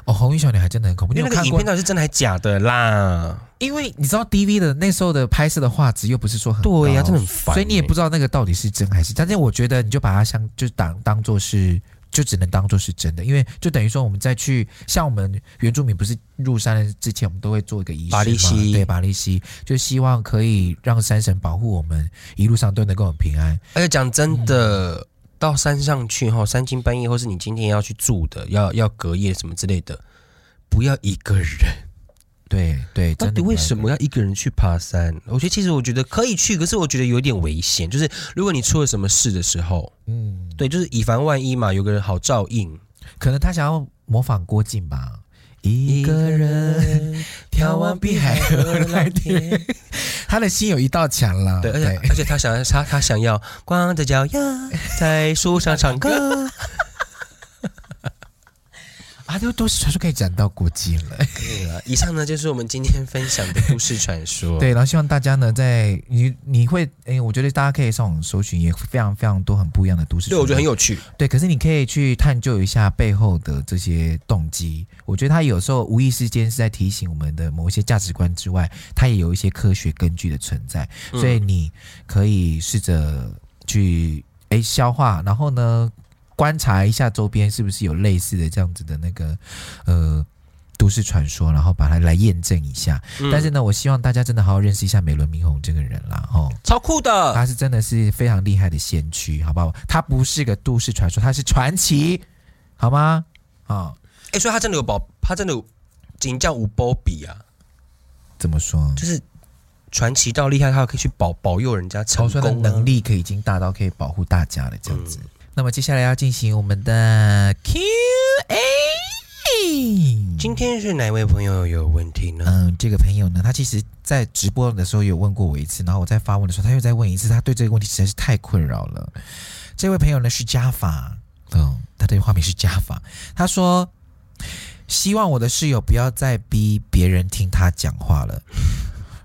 [SPEAKER 2] 哦，红衣小女孩真的很恐怖，
[SPEAKER 1] 因
[SPEAKER 2] 你
[SPEAKER 1] 为
[SPEAKER 2] 有
[SPEAKER 1] 那个
[SPEAKER 2] 看
[SPEAKER 1] 影
[SPEAKER 2] 过
[SPEAKER 1] 片？到底是啊真的还假的啦？
[SPEAKER 2] 因为你知道 DV 的那时候的拍摄的画质又不是说很
[SPEAKER 1] 对呀、
[SPEAKER 2] 高
[SPEAKER 1] 真的很烦欸、
[SPEAKER 2] 所以你也不知道那个到底是真还是假。但是我觉得你就把它像就当当做是。就只能当做是真的，因为就等于说我们再去像我们原住民不是入山之前，我们都会做一个仪式
[SPEAKER 1] 巴利
[SPEAKER 2] 嘛
[SPEAKER 1] 西
[SPEAKER 2] 对巴利西，就希望可以让山神保护我们一路上都能够很平安。
[SPEAKER 1] 而且讲真的，呃到山上去哈，三更半夜，或是你今天要去住的，要要隔夜什么之类的，不要一个人。
[SPEAKER 2] 对对，
[SPEAKER 1] 到
[SPEAKER 2] 真
[SPEAKER 1] 底
[SPEAKER 2] 的
[SPEAKER 1] 为什么要一个人去爬山？我觉得其实我觉得可以去，可是我觉得有一点危险，就是如果你出了什么事的时候，
[SPEAKER 2] 嗯，
[SPEAKER 1] 对，就是以防万一嘛，有个人好照应。
[SPEAKER 2] 可能他想要模仿郭靖吧，一个人。眺望碧海和蓝天。他的心有一道墙 啦。
[SPEAKER 1] 对，而且而且他想要他他想要光着脚丫在树上唱歌，
[SPEAKER 2] 啊，都都是传说可以讲到国际了。
[SPEAKER 1] 对啊。以上呢就是我们今天分享的都市传说。
[SPEAKER 2] 对，然后希望大家呢，在你你会，哎，我觉得大家可以上网搜寻，也非常非常多很不一样的都市。
[SPEAKER 1] 对，我觉得很。有趣。
[SPEAKER 2] 对，可是你可以去探究一下背后的这些动机。我觉得他有时候无意之间是在提醒我们的某一些价值观之外，它也有一些科学根据的存在。
[SPEAKER 1] 嗯
[SPEAKER 2] 所以你可以试着去哎消化，然后呢，观察一下周边是不是有类似的这样子的那个呃都市传说，然后把它来验证一下。
[SPEAKER 1] 嗯
[SPEAKER 2] 但是呢，我希望大家真的好好认识一下美轮明宏这个人啦，哦。
[SPEAKER 1] 超酷的，
[SPEAKER 2] 他是真的是非常厉害的先驱，好不好？他不是个都市传说，他是传奇，好吗？啊、
[SPEAKER 1] 哎、所以他真的有保，他真的有仅叫五波比啊，
[SPEAKER 2] 怎么说？
[SPEAKER 1] 就是传奇到厉害，他可以去保保佑人家成功、嗯
[SPEAKER 2] 曹川
[SPEAKER 1] 啊
[SPEAKER 2] 的哦能力可以已经大到可以保护大家了，这样子。那么接下来要进行我们的 Q&A。
[SPEAKER 1] 今天是哪位朋友有问题呢？
[SPEAKER 2] 嗯，这个朋友呢，他其实在直播的时候有问过我一次，然后我在发问的时候，他又再问一次，他对这个问题实在是太困扰了。这位朋友呢是加法，嗯，他的化名是加法，他说希望我的室友不要再逼别人听他讲话了。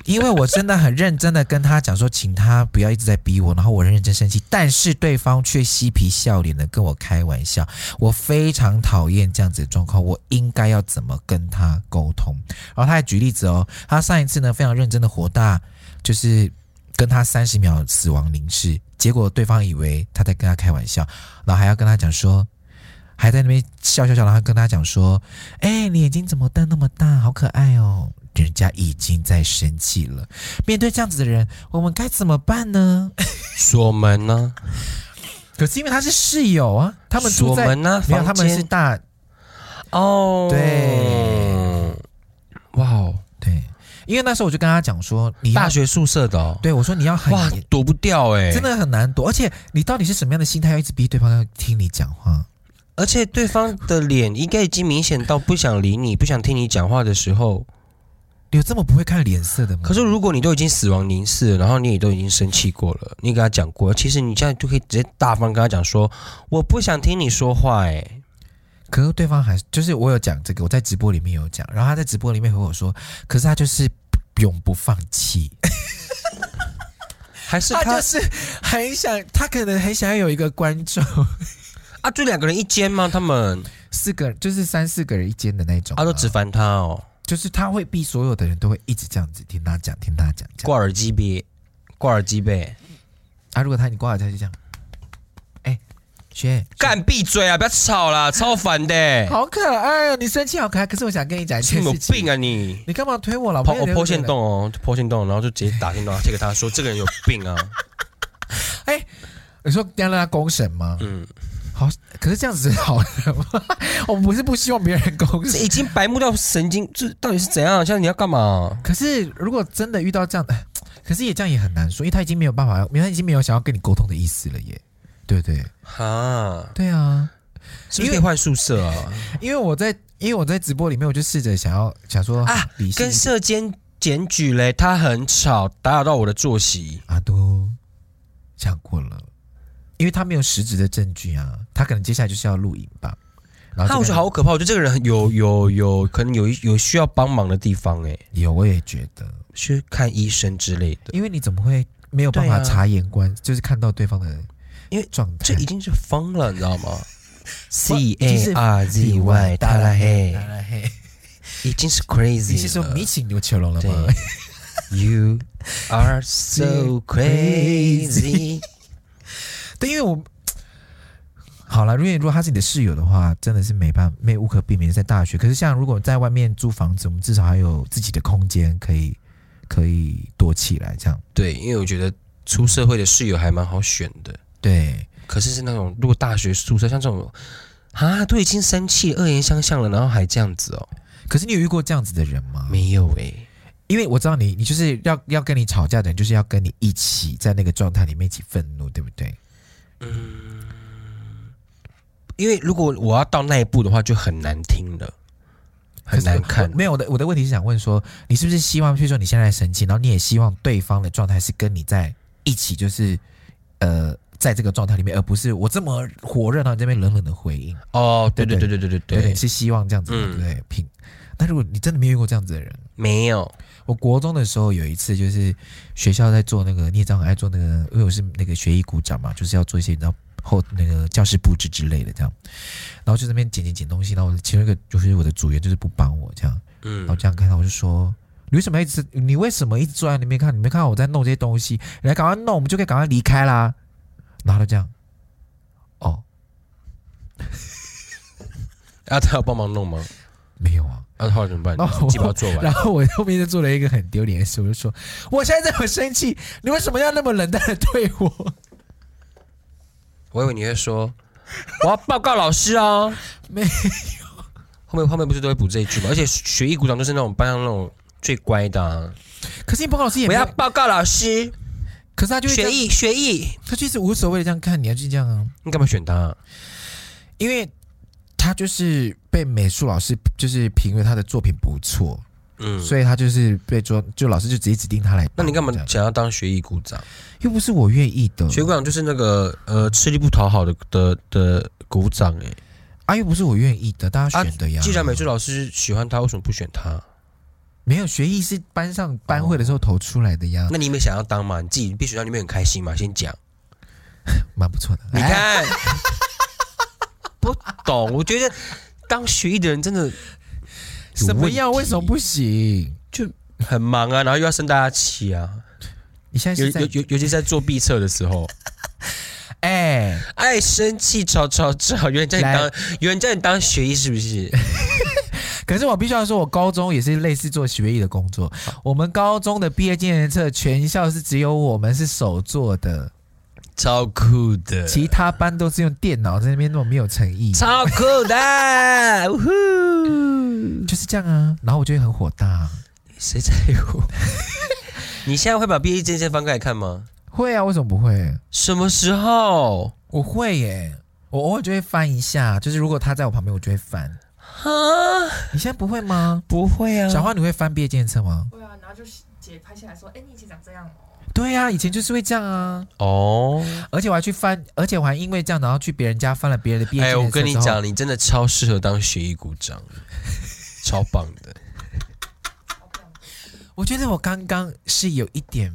[SPEAKER 2] 因为我真的很认真的跟他讲说，请他不要一直在逼我，然后我认真生气，但是对方却嬉皮笑脸的跟我开玩笑，我非常讨厌这样子的状况，我应该要怎么跟他沟通？然后他还举例子哦，他上一次呢非常认真的火大，就是跟他三十秒死亡凝视，结果对方以为他在跟他开玩笑，然后还要跟他讲说，还在那边笑笑笑，然后跟他讲说，哎、你眼睛怎么瞪那么大，好可爱哦。人家已经在生气了，面对这样子的人，我们该怎么办呢？
[SPEAKER 1] 锁门啊呢、
[SPEAKER 2] 可是因为他是室友啊，他们住
[SPEAKER 1] 锁
[SPEAKER 2] 在
[SPEAKER 1] 门呢、
[SPEAKER 2] 没有，
[SPEAKER 1] 房
[SPEAKER 2] 他
[SPEAKER 1] 间
[SPEAKER 2] 们是大
[SPEAKER 1] 哦，
[SPEAKER 2] 对，
[SPEAKER 1] 哇哦，
[SPEAKER 2] 对，因为那时候我就跟他讲说，你要
[SPEAKER 1] 大学宿舍的、哦，
[SPEAKER 2] 对我说你要很
[SPEAKER 1] 哇
[SPEAKER 2] 严，
[SPEAKER 1] 躲不掉哎、
[SPEAKER 2] 真，的很难躲，而且你到底是什么样的心态，要一直逼对方要听你讲话？
[SPEAKER 1] 而且对方的脸应该已经明显到不想理你、不想听你讲话的时候。
[SPEAKER 2] 你有这么不会看脸色的吗？
[SPEAKER 1] 可是如果你都已经死亡凝视了，然后你也都已经生气过了，你给他讲过，其实你现在就可以直接大方跟他讲说，我不想听你说话、哎，
[SPEAKER 2] 可是对方还是就是我有讲这个，我在直播里面有讲，然后他在直播里面和我说，可是他就是永不放弃，
[SPEAKER 1] 还是
[SPEAKER 2] 他
[SPEAKER 1] 他
[SPEAKER 2] 就是很想，他可能很想要有一个观众，
[SPEAKER 1] 啊，就两个人一间吗？他们
[SPEAKER 2] 四个就是三四个人一间的那种、
[SPEAKER 1] 啊都只烦他哦，
[SPEAKER 2] 就是他会逼所有的人都会一直这样子听他讲，听他讲，这样
[SPEAKER 1] 挂耳机呗，挂耳机呗，
[SPEAKER 2] 啊，如果他你挂了，他就这样，哎、学
[SPEAKER 1] 干闭嘴啊，不要吵啦，超烦 的、
[SPEAKER 2] 好可爱哦，你生气好可爱。可是我想跟你讲一
[SPEAKER 1] 是
[SPEAKER 2] 件
[SPEAKER 1] 你有
[SPEAKER 2] 事情，
[SPEAKER 1] 病啊你！
[SPEAKER 2] 你干嘛推我老
[SPEAKER 1] 抛
[SPEAKER 2] 婆？
[SPEAKER 1] 我抛线洞哦，就抛线洞，然后就直接打电 话这个他说这个人有病啊，
[SPEAKER 2] 你说要让他公审吗？
[SPEAKER 1] 嗯，
[SPEAKER 2] 好，可是这样子好了吗？ 我不是不希望别人公
[SPEAKER 1] 这
[SPEAKER 2] 审，
[SPEAKER 1] 已经白目到神经，这到底是怎样？现在你要干嘛？
[SPEAKER 2] 可是如果真的遇到这样的， 哎可是也这样也很难说，因为他已经没有办法，因为他已经没有想要跟你沟通的意思了耶。对对
[SPEAKER 1] 哈，
[SPEAKER 2] 对啊，
[SPEAKER 1] 是不是可以换宿舍啊？
[SPEAKER 2] 因为我在因为我在直播里面，我就试着想要想说
[SPEAKER 1] 啊，
[SPEAKER 2] 理性
[SPEAKER 1] 跟射监检举嘞，他很吵，打扰到我的作息。
[SPEAKER 2] 阿都讲过了，因为他没有实质的证据啊，他可能接下来就是要录影吧。然后
[SPEAKER 1] 他
[SPEAKER 2] 这
[SPEAKER 1] 我觉
[SPEAKER 2] 边
[SPEAKER 1] 得好可怕，我觉得啊这个人很有有有可能有一有需要帮忙的地方、欸，哎，
[SPEAKER 2] 有，我也觉得，
[SPEAKER 1] 去看医生之类的，
[SPEAKER 2] 因为你怎么会没有办法
[SPEAKER 1] 对啊
[SPEAKER 2] 察言观，就是看到对方的
[SPEAKER 1] 因为
[SPEAKER 2] 状
[SPEAKER 1] 这
[SPEAKER 2] 态
[SPEAKER 1] 已。经是疯了，你知道 吗？C
[SPEAKER 2] 已经
[SPEAKER 1] A
[SPEAKER 2] 是
[SPEAKER 1] R Z Y，他拉黑
[SPEAKER 2] 大，拉黑，
[SPEAKER 1] 已经是
[SPEAKER 2] 你
[SPEAKER 1] crazy
[SPEAKER 2] 是说
[SPEAKER 1] 了。
[SPEAKER 2] 米奇牛球龙了吗？
[SPEAKER 1] You are so crazy。
[SPEAKER 2] 对，因为我好了，因为如果他是你的室友的话，真的是没办没无可避免在大学。可是像如果在外面租房子，我们至少还有自己的空间可以可以躲起来，这样
[SPEAKER 1] 对，因为我觉得出社会的室友还蛮好选的，
[SPEAKER 2] 对。
[SPEAKER 1] 可是是那种如果大学宿舍像这种啊，都已经生气恶言相向了，然后还这样子哦，
[SPEAKER 2] 可是你有遇过这样子的人吗？
[SPEAKER 1] 没有诶、
[SPEAKER 2] 欸因为我知道你，你就是要要跟你吵架的人，就是要跟你一起在那个状态里面一起愤怒，对不对？
[SPEAKER 1] 因为如果我要到那一步的话，就很难听了，很难看
[SPEAKER 2] 可是我。没有，我的我的问题是想问说，你是不是希望，譬如说你现在生气，然后你也希望对方的状态是跟你在一起，就是呃，在这个状态里面，而不是我这么火热，然后你这边冷冷的回应，
[SPEAKER 1] 哦，对对对
[SPEAKER 2] 对
[SPEAKER 1] 对对对
[SPEAKER 2] 对不
[SPEAKER 1] 对
[SPEAKER 2] 对，，是希望这样子的，
[SPEAKER 1] 嗯
[SPEAKER 2] 对不对？平。但如果你真的没有遇过这样子的人，
[SPEAKER 1] 没有，
[SPEAKER 2] 我国中的时候有一次，就是学校在做那个，你也知道很爱做那个，因为我是那个学艺股长嘛，就是要做一些你知道后那个教室布置之类的这样，然后就在那边捡捡捡东西，然后我的其中一个就是我的组员就是不帮我这样，
[SPEAKER 1] 嗯
[SPEAKER 2] 然后，这样看到我就说。你为什么一直？你为什么一直坐在那边看？你没看到我在弄这些东西？你来赶快弄，我们就可以赶快离开啦。然后他就这样，哦，
[SPEAKER 1] 啊，他要帮忙弄吗？
[SPEAKER 2] 没有 啊。
[SPEAKER 1] 那、啊、后来怎么办
[SPEAKER 2] 然后？我
[SPEAKER 1] 鸡巴做完
[SPEAKER 2] 然，后我后面就做了一个很丢脸的事，我就说：“我现在这么生气，你为什么要那么冷淡的对我
[SPEAKER 1] 我以为你会说我要报告老师哦。
[SPEAKER 2] 没
[SPEAKER 1] 后面后面不是都会补这一句吗？而且学艺鼓掌就是那种班上那种最乖的啊、？”
[SPEAKER 2] 可是你报告老师也
[SPEAKER 1] 我
[SPEAKER 2] 没
[SPEAKER 1] 要
[SPEAKER 2] 有，
[SPEAKER 1] 报告老师，
[SPEAKER 2] 可是他就会
[SPEAKER 1] 学
[SPEAKER 2] 这样，
[SPEAKER 1] 艺学艺，
[SPEAKER 2] 他就是无所谓的这样看你，啊，就是这样啊，
[SPEAKER 1] 你干嘛选他、
[SPEAKER 2] 因为他就是被美术老师就是评为他的作品不错，
[SPEAKER 1] 嗯，
[SPEAKER 2] 所以他就是被做，就老师就直接指定他来当。
[SPEAKER 1] 那你干嘛
[SPEAKER 2] 这样
[SPEAKER 1] 想要当学艺鼓掌？
[SPEAKER 2] 又不是我愿意的，
[SPEAKER 1] 学艺鼓掌就是那个呃吃力不讨好的的的鼓掌哎、
[SPEAKER 2] 啊，又不是我愿意的，大家选的呀。
[SPEAKER 1] 啊既然美术老师喜欢他，为什么不选他？
[SPEAKER 2] 没有学艺是班上班会的时候投出来的呀，
[SPEAKER 1] 啊那你有没有想要当嘛？你自己被学校里面很开心嘛？先讲，
[SPEAKER 2] 蛮不错的。
[SPEAKER 1] 你
[SPEAKER 2] 哎，
[SPEAKER 1] 看， 不懂，我觉得当学艺的人真的
[SPEAKER 2] 什么样？
[SPEAKER 1] 有
[SPEAKER 2] 为
[SPEAKER 1] 问题
[SPEAKER 2] 什么不行？
[SPEAKER 1] 很忙啊，然后又要升大家气啊，
[SPEAKER 2] 你现在
[SPEAKER 1] 尤
[SPEAKER 2] 是
[SPEAKER 1] 尤
[SPEAKER 2] 在
[SPEAKER 1] 尤尤其是在做毕测的时候，
[SPEAKER 2] 哎、
[SPEAKER 1] 爱生气，吵吵吵，有人叫你当，有人叫你当学医是不是？
[SPEAKER 2] 可是我必须要说，我高中也是类似做学艺的工作。我们高中的毕业纪念册，全校是只有我们是手做的，
[SPEAKER 1] 超酷的，
[SPEAKER 2] 其他班都是用电脑在那边那种没有诚意，
[SPEAKER 1] 超酷的，呜呼！
[SPEAKER 2] 就是这样啊。然后我就会很火大。
[SPEAKER 1] 谁在乎？你现在会把毕业证件翻开来看吗？
[SPEAKER 2] 会啊，为什么不会？
[SPEAKER 1] 什么时候？
[SPEAKER 2] 我会耶，我偶尔就会翻一下，就是如果他在我旁边，我就会翻。
[SPEAKER 1] 啊，
[SPEAKER 2] 你现在不会吗？
[SPEAKER 1] 不会啊
[SPEAKER 2] 小花，你会翻毕业纪念册吗？
[SPEAKER 3] 嗯对啊，然后就姐拍下来说：“哎、你以前长这样哦。
[SPEAKER 2] 对呀、啊，以前就是会这样啊，
[SPEAKER 1] 哦，
[SPEAKER 2] 而且我还去翻，而且我还因为这样，然后去别人家翻了别人的毕业纪
[SPEAKER 1] 哎，
[SPEAKER 2] 念册。
[SPEAKER 1] 我跟你，讲，你真的超适合当学医鼓掌，超棒的。”
[SPEAKER 3] 好漂亮。
[SPEAKER 2] 我觉得我刚刚是有一点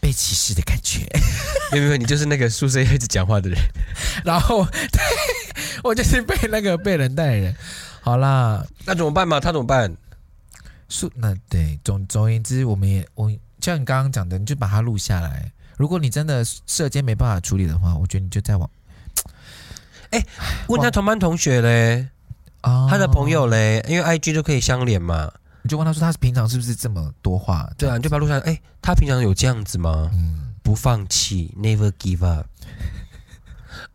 [SPEAKER 2] 被歧视的感觉，
[SPEAKER 1] 没有没有，你就是那个宿舍一直讲话的人。
[SPEAKER 2] 然后 对，我就是被那个被人带的人。好啦，
[SPEAKER 1] 那怎么办嘛？他怎么办？
[SPEAKER 2] 是那对总总而言之，我们也我像你刚刚讲的，你就把它录下来。如果你真的射箭没办法处理的话，我觉得你就在网
[SPEAKER 1] 问他同班同学嘞，
[SPEAKER 2] 啊
[SPEAKER 1] 他的朋，友嘞，因为 I G 都可以相连嘛。
[SPEAKER 2] 你就问他说他平常是不是这么多话？
[SPEAKER 1] 对啊，你就把路上，哎，他平常有这样子吗？
[SPEAKER 2] 嗯，
[SPEAKER 1] 不放弃，never give up。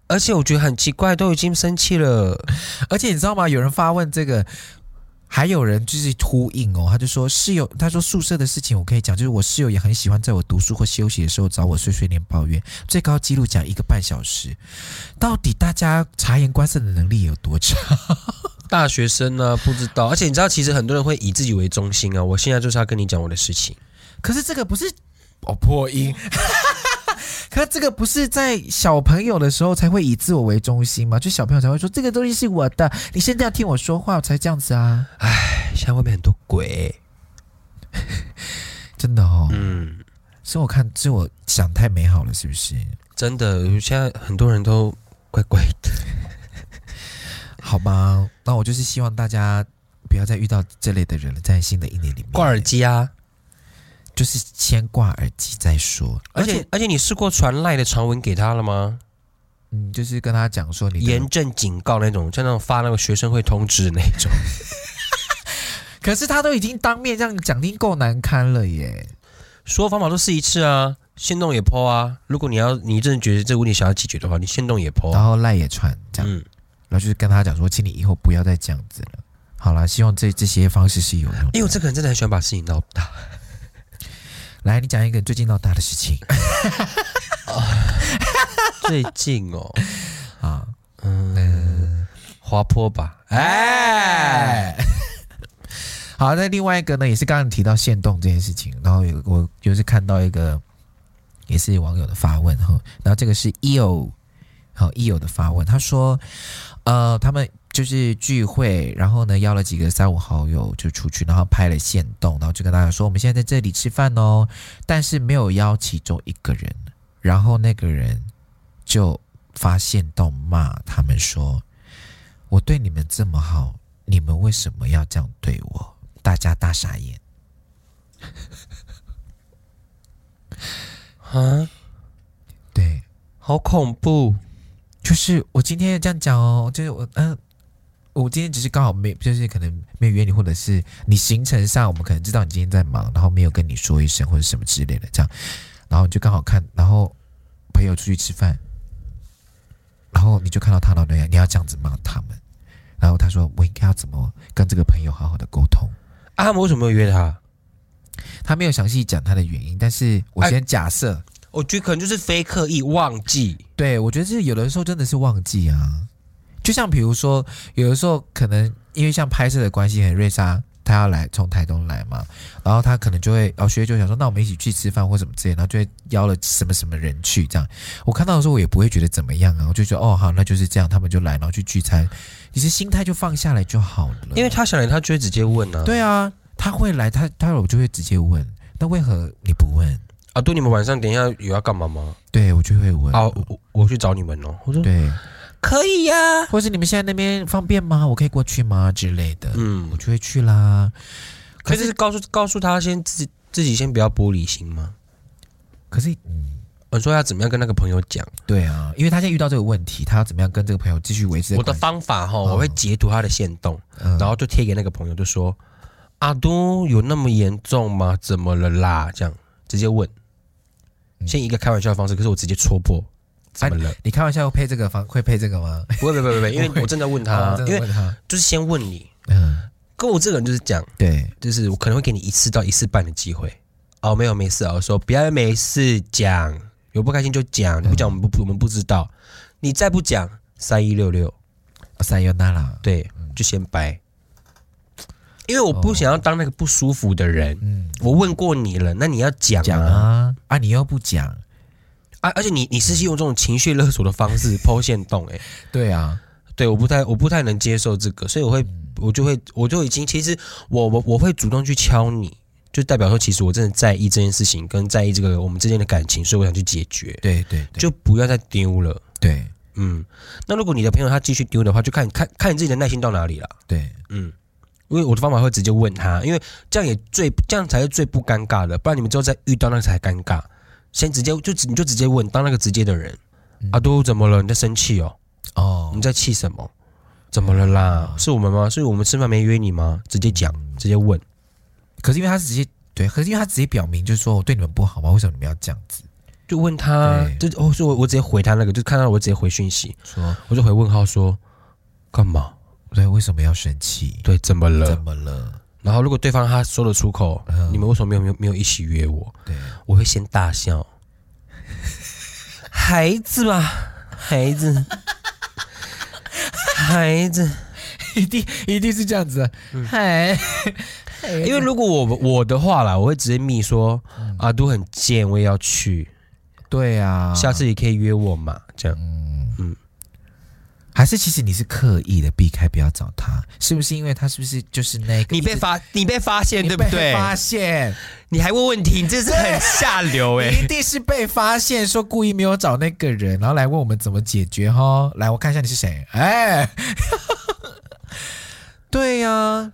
[SPEAKER 1] 而且我觉得很奇怪，都已经生气了，
[SPEAKER 2] 而且你知道吗？有人发问这个，还有人就是呼应哦，他就说室友，他说宿舍的事情我可以讲，就是我室友也很喜欢在我读书或休息的时候找我碎碎念抱怨，最高纪录讲一个半小时。到底大家察言观色的能力有多差？
[SPEAKER 1] 大学生呢、不知道。而且你知道，其实很多人会以自己为中心啊。我现在就是要跟你讲我的事情，
[SPEAKER 2] 可是这个不是哦破音。 可是这个不是在小朋友的时候才会以自我为中心吗？就小朋友才会说这个东西是我的，你现在要听我说话，我才这样子啊！
[SPEAKER 1] 现在外面很多鬼、
[SPEAKER 2] 真的哦，
[SPEAKER 1] 嗯，
[SPEAKER 2] 是我看是我想太美好了，是不是？
[SPEAKER 1] 真的，现在很多人都怪怪的。
[SPEAKER 2] 好吧，那我就是希望大家不要再遇到这类的人了，在新的一年里面，
[SPEAKER 1] 挂耳机啊，
[SPEAKER 2] 就是先挂耳机再说，
[SPEAKER 1] 而且而且你试过传赖的长文给他了吗？
[SPEAKER 2] 嗯，就是跟他讲说你的
[SPEAKER 1] 严，正警告那种，像那种发那个学生会通知那 种。
[SPEAKER 2] 可是他都已经当面这样讲，听够难堪了耶。
[SPEAKER 1] 所有方法都试一次啊，限动也剖啊。如果你要你真的觉得这个问题想要解决的话，你限动也剖、
[SPEAKER 2] 然后赖也传这样，
[SPEAKER 1] 哦嗯，
[SPEAKER 2] 然后就是跟他讲说，请你以后不要再这样子了。好啦，希望这这些方式是有用的。
[SPEAKER 1] 因为我哎这个人真的很喜欢把事情闹大。
[SPEAKER 2] 来，你讲一个最近闹大的 事情
[SPEAKER 1] 最近哦，
[SPEAKER 2] 啊，
[SPEAKER 1] 嗯， 滑坡吧，哎，
[SPEAKER 2] 哎。好，那另外一个呢，也是刚刚提到限动这件事情，然后有我就是看到一个也是网友的发问哈，然后这个是 EO 好 EO 的发问，他说，呃，他们就是聚会，然后呢邀了几个三五好友就出去，然后拍了限动，然后就跟大家说我们现在在这里吃饭哦，但是没有邀其中一个人，然后那个人就发现动骂他们说，我对你们这么好，你们为什么要这样对我？大家大傻眼。
[SPEAKER 1] 啊，
[SPEAKER 2] 对，
[SPEAKER 1] 好恐怖！
[SPEAKER 2] 就是我今天这样讲哦，就是我嗯、我今天只是刚好没，就是可能没有约你，或者是你行程上我们可能知道你今天在忙，然后没有跟你说一声或者什么之类的这样，然后你就刚好看，然后朋友出去吃饭，然后你就看到他了，那样你要这样子骂他们，然后他说我应该要怎么跟这个朋友好好的沟通，
[SPEAKER 1] 啊，他们为什么没有约他？
[SPEAKER 2] 他没有详细讲他的原因，但是我
[SPEAKER 1] 哎
[SPEAKER 2] 先假设。
[SPEAKER 1] 我觉得可能就是非刻意忘记，
[SPEAKER 2] 对，我觉得是有的时候真的是忘记啊，就像比如说，有的时候可能因为像拍摄的关系，很瑞莎她要来从台东来嘛，然后她可能就会，然后学姐就想说，那我们一起去吃饭或什么之类，然后就会邀了什么什么人去这样。我看到的时候，我也不会觉得怎么样啊，我就觉得哦好，那就是这样，他们就来，然后去聚餐，其实心态就放下来就好了。
[SPEAKER 1] 因为他想来，他就会直接问啊。
[SPEAKER 2] 对啊，他会来，他他我就会直接问，那为何你不问？
[SPEAKER 1] 啊，对，你们晚上等一下有要干嘛吗？
[SPEAKER 2] 对我就会问。
[SPEAKER 1] 啊，我我我去找你们哦。我说
[SPEAKER 2] 对，
[SPEAKER 1] 可以呀、
[SPEAKER 2] 或是你们现在那边方便吗？我可以过去吗？之类的，
[SPEAKER 1] 嗯
[SPEAKER 2] 我，就会去啦。
[SPEAKER 1] 可
[SPEAKER 2] 可
[SPEAKER 1] 是
[SPEAKER 2] 是，
[SPEAKER 1] 告诉告诉他先自己自己先不要玻璃心吗？
[SPEAKER 2] 可是，嗯，
[SPEAKER 1] 我说要怎么样跟那个朋友讲？
[SPEAKER 2] 对啊，因为他现在遇到这个问题，他要怎么样跟这个朋友继续维持
[SPEAKER 1] 我的
[SPEAKER 2] 关系？
[SPEAKER 1] 方法哈，我会截图他的线动，
[SPEAKER 2] 嗯
[SPEAKER 1] 然后就贴给那个朋友，就说：“阿都有那么严重吗？怎么了啦？”这样直接问，
[SPEAKER 2] 嗯
[SPEAKER 1] 先以一个开玩笑的方式，可是我直接戳破，怎么了？
[SPEAKER 2] 你开玩笑会配这个方会配这个吗？
[SPEAKER 1] 不会不会不会不会，因
[SPEAKER 2] 不会
[SPEAKER 1] 为我正在问
[SPEAKER 2] 好
[SPEAKER 1] 他
[SPEAKER 2] 我，真
[SPEAKER 1] 啊因
[SPEAKER 2] 的
[SPEAKER 1] 为
[SPEAKER 2] 问他，
[SPEAKER 1] 就是先问你。
[SPEAKER 2] 嗯，
[SPEAKER 1] 可我这个人就是这样，
[SPEAKER 2] 对，
[SPEAKER 1] 就是我可能会给你一次到一次半的机会。哦，没有没事啊，我说不要没事讲，有不开心就讲，你不讲我们不我们不知道，你再不讲三一六六，
[SPEAKER 2] 塞尤娜啦，
[SPEAKER 1] 对，就先掰，因为我不想要当那个不舒服的人。
[SPEAKER 2] 嗯，
[SPEAKER 1] 我问过你了，那你要讲
[SPEAKER 2] 讲
[SPEAKER 1] 啊
[SPEAKER 2] 啊啊，你又不讲，
[SPEAKER 1] 啊！而且你你是用这种情绪勒索的方式剖线洞、欸，
[SPEAKER 2] 对啊，
[SPEAKER 1] 对，我不太我不太能接受这个，所以我会
[SPEAKER 2] 嗯
[SPEAKER 1] 我就会我就已经其实我我我会主动去敲你，就代表说其实我真的在意这件事情，跟在意这个我们之间的感情，所以我想去解决，
[SPEAKER 2] 对对对，
[SPEAKER 1] 就不要再丢了。
[SPEAKER 2] 对
[SPEAKER 1] 嗯，那如果你的朋友他继续丢的话，就看看看你自己的耐心到哪里了。
[SPEAKER 2] 对，
[SPEAKER 1] 嗯，因为我的方法会直接问他，因为这样也最这样才是最不尴尬的，不然你们之后再遇到那个才尴尬。先直接就直你就直接问，当那个直接的人，
[SPEAKER 2] 嗯
[SPEAKER 1] 阿都怎么了？你在生气哦？
[SPEAKER 2] 哦
[SPEAKER 1] 你，在气什么？怎么了啦？啊是我们吗？是我们吃饭没约你吗？直接讲，直接问。
[SPEAKER 2] 可是因为他直接对，可是因为他直接表明就是说我对你们不好吗？为什么你们要这样子
[SPEAKER 1] 就问他，就
[SPEAKER 2] 对
[SPEAKER 1] 哦，所以我我直接回他那个，就看到我直接回讯息，
[SPEAKER 2] 说？
[SPEAKER 1] 我就回问号说，干嘛？
[SPEAKER 2] 对，为什么要生气？
[SPEAKER 1] 对，怎么
[SPEAKER 2] 怎
[SPEAKER 1] 了？
[SPEAKER 2] 么了？
[SPEAKER 1] 然后如果对方他说得出口，
[SPEAKER 2] 嗯
[SPEAKER 1] 你们为什么没有没有没有一起约我？
[SPEAKER 2] 对，
[SPEAKER 1] 我会先大笑。 孩子嘛，孩子， 孩子，
[SPEAKER 2] 一定一定是这样子啊，
[SPEAKER 1] 嗯
[SPEAKER 2] 嗨，
[SPEAKER 1] 因为如果我我的话啦，我会直接密说阿都很贱，我也要去，
[SPEAKER 2] 对啊，
[SPEAKER 1] 下次也可以约我嘛，这样。
[SPEAKER 2] 还是其实你是刻意的避开，不要找他，是不是？因为他是不是就是那个
[SPEAKER 1] 你被
[SPEAKER 2] 一直
[SPEAKER 1] 发你被发现
[SPEAKER 2] 你
[SPEAKER 1] 对不对
[SPEAKER 2] 被？发现，
[SPEAKER 1] 你还问问题，你真是很下流 哎、
[SPEAKER 2] 你一定是被发现说故意没有找那个人，然后来问我们怎么解决哈。来，我看一下你是谁， 哎，对呀、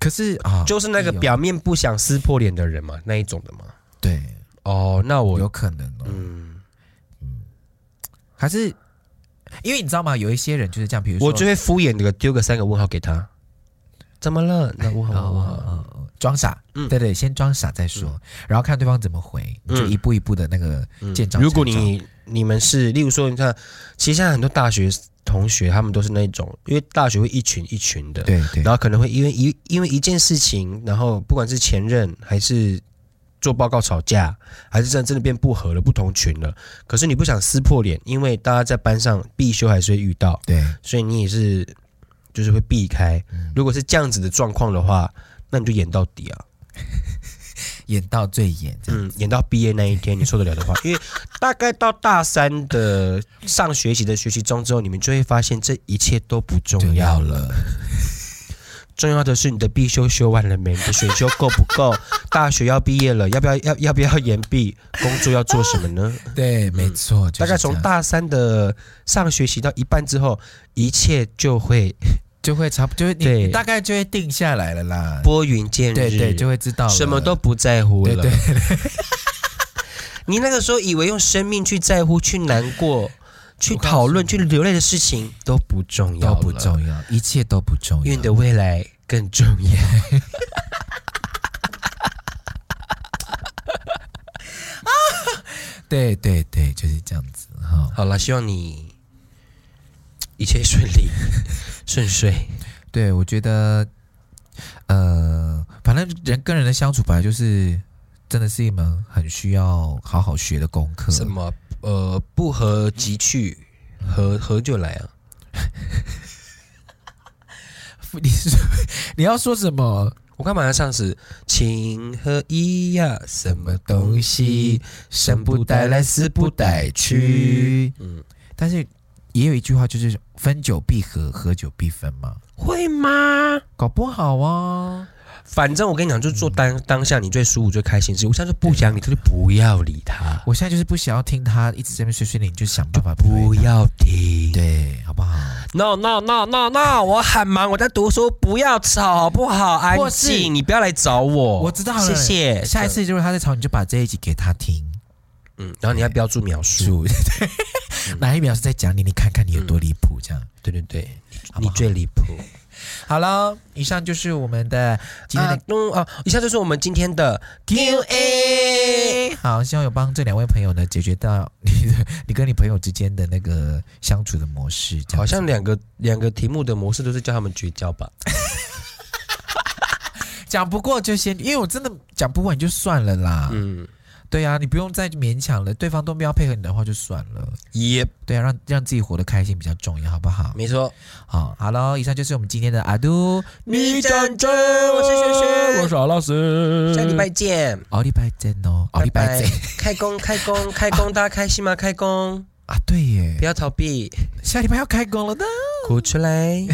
[SPEAKER 2] 可是啊，
[SPEAKER 1] 就是那个表面不想撕破脸的人嘛，那一种的嘛。
[SPEAKER 2] 对，
[SPEAKER 1] 哦，那我
[SPEAKER 2] 有可能哦，
[SPEAKER 1] 嗯，
[SPEAKER 2] 还是因为你知道吗？有一些人就是这样，比如说
[SPEAKER 1] 我就会敷衍的丢个三个问号给他，怎么了？那问
[SPEAKER 2] 哦
[SPEAKER 1] 号问号
[SPEAKER 2] 哦。哦哦，装傻，
[SPEAKER 1] 呃嗯
[SPEAKER 2] 对对，先装傻再说，然后看对方怎么回，你就
[SPEAKER 1] 嗯
[SPEAKER 2] 一步一步的那个见招拆招。
[SPEAKER 1] 如果你你们是，例如说，你看，其实现在很多大学同学他们都是那种，因为大学会一群一群的，
[SPEAKER 2] 对对
[SPEAKER 1] 然后可能会因为一因为一件事情，然后不管是前任还是做报告吵架，还是真的真的变不合了，不同群了。可是你不想撕破脸，因为大家在班上必修还是会遇到，
[SPEAKER 2] 对，
[SPEAKER 1] 所以你也是就是会避开。如果是这样子的状况的话，那你就演到底啊。
[SPEAKER 2] 演到最演这样。
[SPEAKER 1] 嗯，演到毕业那一天，你受得了的话，因为大概到大三的上学期的学习中之后，你们就会发现这一切都不嗯重
[SPEAKER 2] 重
[SPEAKER 1] 要
[SPEAKER 2] 要
[SPEAKER 1] 了。
[SPEAKER 2] 了，
[SPEAKER 1] 重要的是你的必修修完了没？你的选修够不够？大学要毕业了，要不要 要要不要延毕？工作要做什么 呢？
[SPEAKER 2] 对，没错，就是
[SPEAKER 1] 大概从
[SPEAKER 2] 这样
[SPEAKER 1] 大三的上学期到一半之后，一切就会
[SPEAKER 2] 就会差不，就会你
[SPEAKER 1] 对
[SPEAKER 2] 你大概就会定下来了啦。
[SPEAKER 1] 拨云见日，
[SPEAKER 2] 对对，就会知道了
[SPEAKER 1] 什么都不在乎
[SPEAKER 2] 对
[SPEAKER 1] 了。
[SPEAKER 2] 对，
[SPEAKER 1] 你那个时候以为用生命去在乎、去难过，去
[SPEAKER 2] 我告诉
[SPEAKER 1] 讨论、去流泪的事情都不重要，
[SPEAKER 2] 都不重，要，一切都不重
[SPEAKER 1] 因为
[SPEAKER 2] 要
[SPEAKER 1] 你。的未来更重要。
[SPEAKER 2] 对对对，就是这样子哈、
[SPEAKER 1] 好了，希望你一切顺利、 顺遂。
[SPEAKER 2] 对，我觉得，呃，反正人跟人的相处本来就是，真的是一门很需要好好学的功课。
[SPEAKER 1] 什么？呃，不合即去，合合就来啊！
[SPEAKER 2] 你是你要说什么？
[SPEAKER 1] 我干嘛要唱是情和义呀？什么东西？
[SPEAKER 2] 生不带来，死不带去。
[SPEAKER 1] 嗯，
[SPEAKER 2] 但是也有一句话，就是分久必合，合久必分嘛。
[SPEAKER 1] 会吗？
[SPEAKER 2] 搞不好啊，
[SPEAKER 1] 反正我跟你讲，就是做当当下你最舒服、最开心的事。我现在就不想理他，就不要理他，
[SPEAKER 2] 我现在就是不想要听他一直在那边碎碎念，你就想办法
[SPEAKER 1] 不
[SPEAKER 2] 回他
[SPEAKER 1] 要听。
[SPEAKER 2] 对，好不好？
[SPEAKER 1] No no no no no！我很忙，我在读书，不要吵好不好？安
[SPEAKER 2] 或是
[SPEAKER 1] 静，你不要来找我。
[SPEAKER 2] 我知道
[SPEAKER 1] 谢
[SPEAKER 2] 了
[SPEAKER 1] 谢。
[SPEAKER 2] 下一，次如果他在吵，你就把这一集给他听。
[SPEAKER 1] 哎嗯，然后你要标注描述。
[SPEAKER 2] 主，对哪一秒是在讲你？你看看你有多离谱，这样。
[SPEAKER 1] 嗯对对对，
[SPEAKER 2] 好不
[SPEAKER 1] 你
[SPEAKER 2] 好
[SPEAKER 1] 最离谱。
[SPEAKER 2] 好了，以上就是我们的今天
[SPEAKER 1] 啊
[SPEAKER 2] 的，
[SPEAKER 1] 嗯啊，以下就是我们今天的 Q&A。
[SPEAKER 2] 好，希望有帮这两位朋友呢解决到你的你跟你朋友之间的那个相处的模式，这样子
[SPEAKER 1] 好像两个两个题目的模式都是叫他们绝交吧？
[SPEAKER 2] 讲不过就先，因为我真的讲不过你就算了啦。
[SPEAKER 1] 嗯，
[SPEAKER 2] 对啊，你不用再勉强了，对方都不要配合你的话就算了。
[SPEAKER 1] 也
[SPEAKER 2] 对啊，让让自己活得开心比较重要，好不好？
[SPEAKER 1] 没错。
[SPEAKER 2] 好，好喽，以上就是我们今天的阿都，
[SPEAKER 1] 你讲真，我是轩轩，
[SPEAKER 2] 是阿老师
[SPEAKER 1] 下礼拜见。
[SPEAKER 2] 奥利拜见哦，奥
[SPEAKER 1] 拜
[SPEAKER 2] 利拜
[SPEAKER 1] 嗯拜
[SPEAKER 2] 见，
[SPEAKER 1] 开工开工开工，大家开心吗？开工，
[SPEAKER 2] 啊，对耶
[SPEAKER 1] 不，要逃避，
[SPEAKER 2] 下礼拜要开工了呢。
[SPEAKER 1] 哭出来。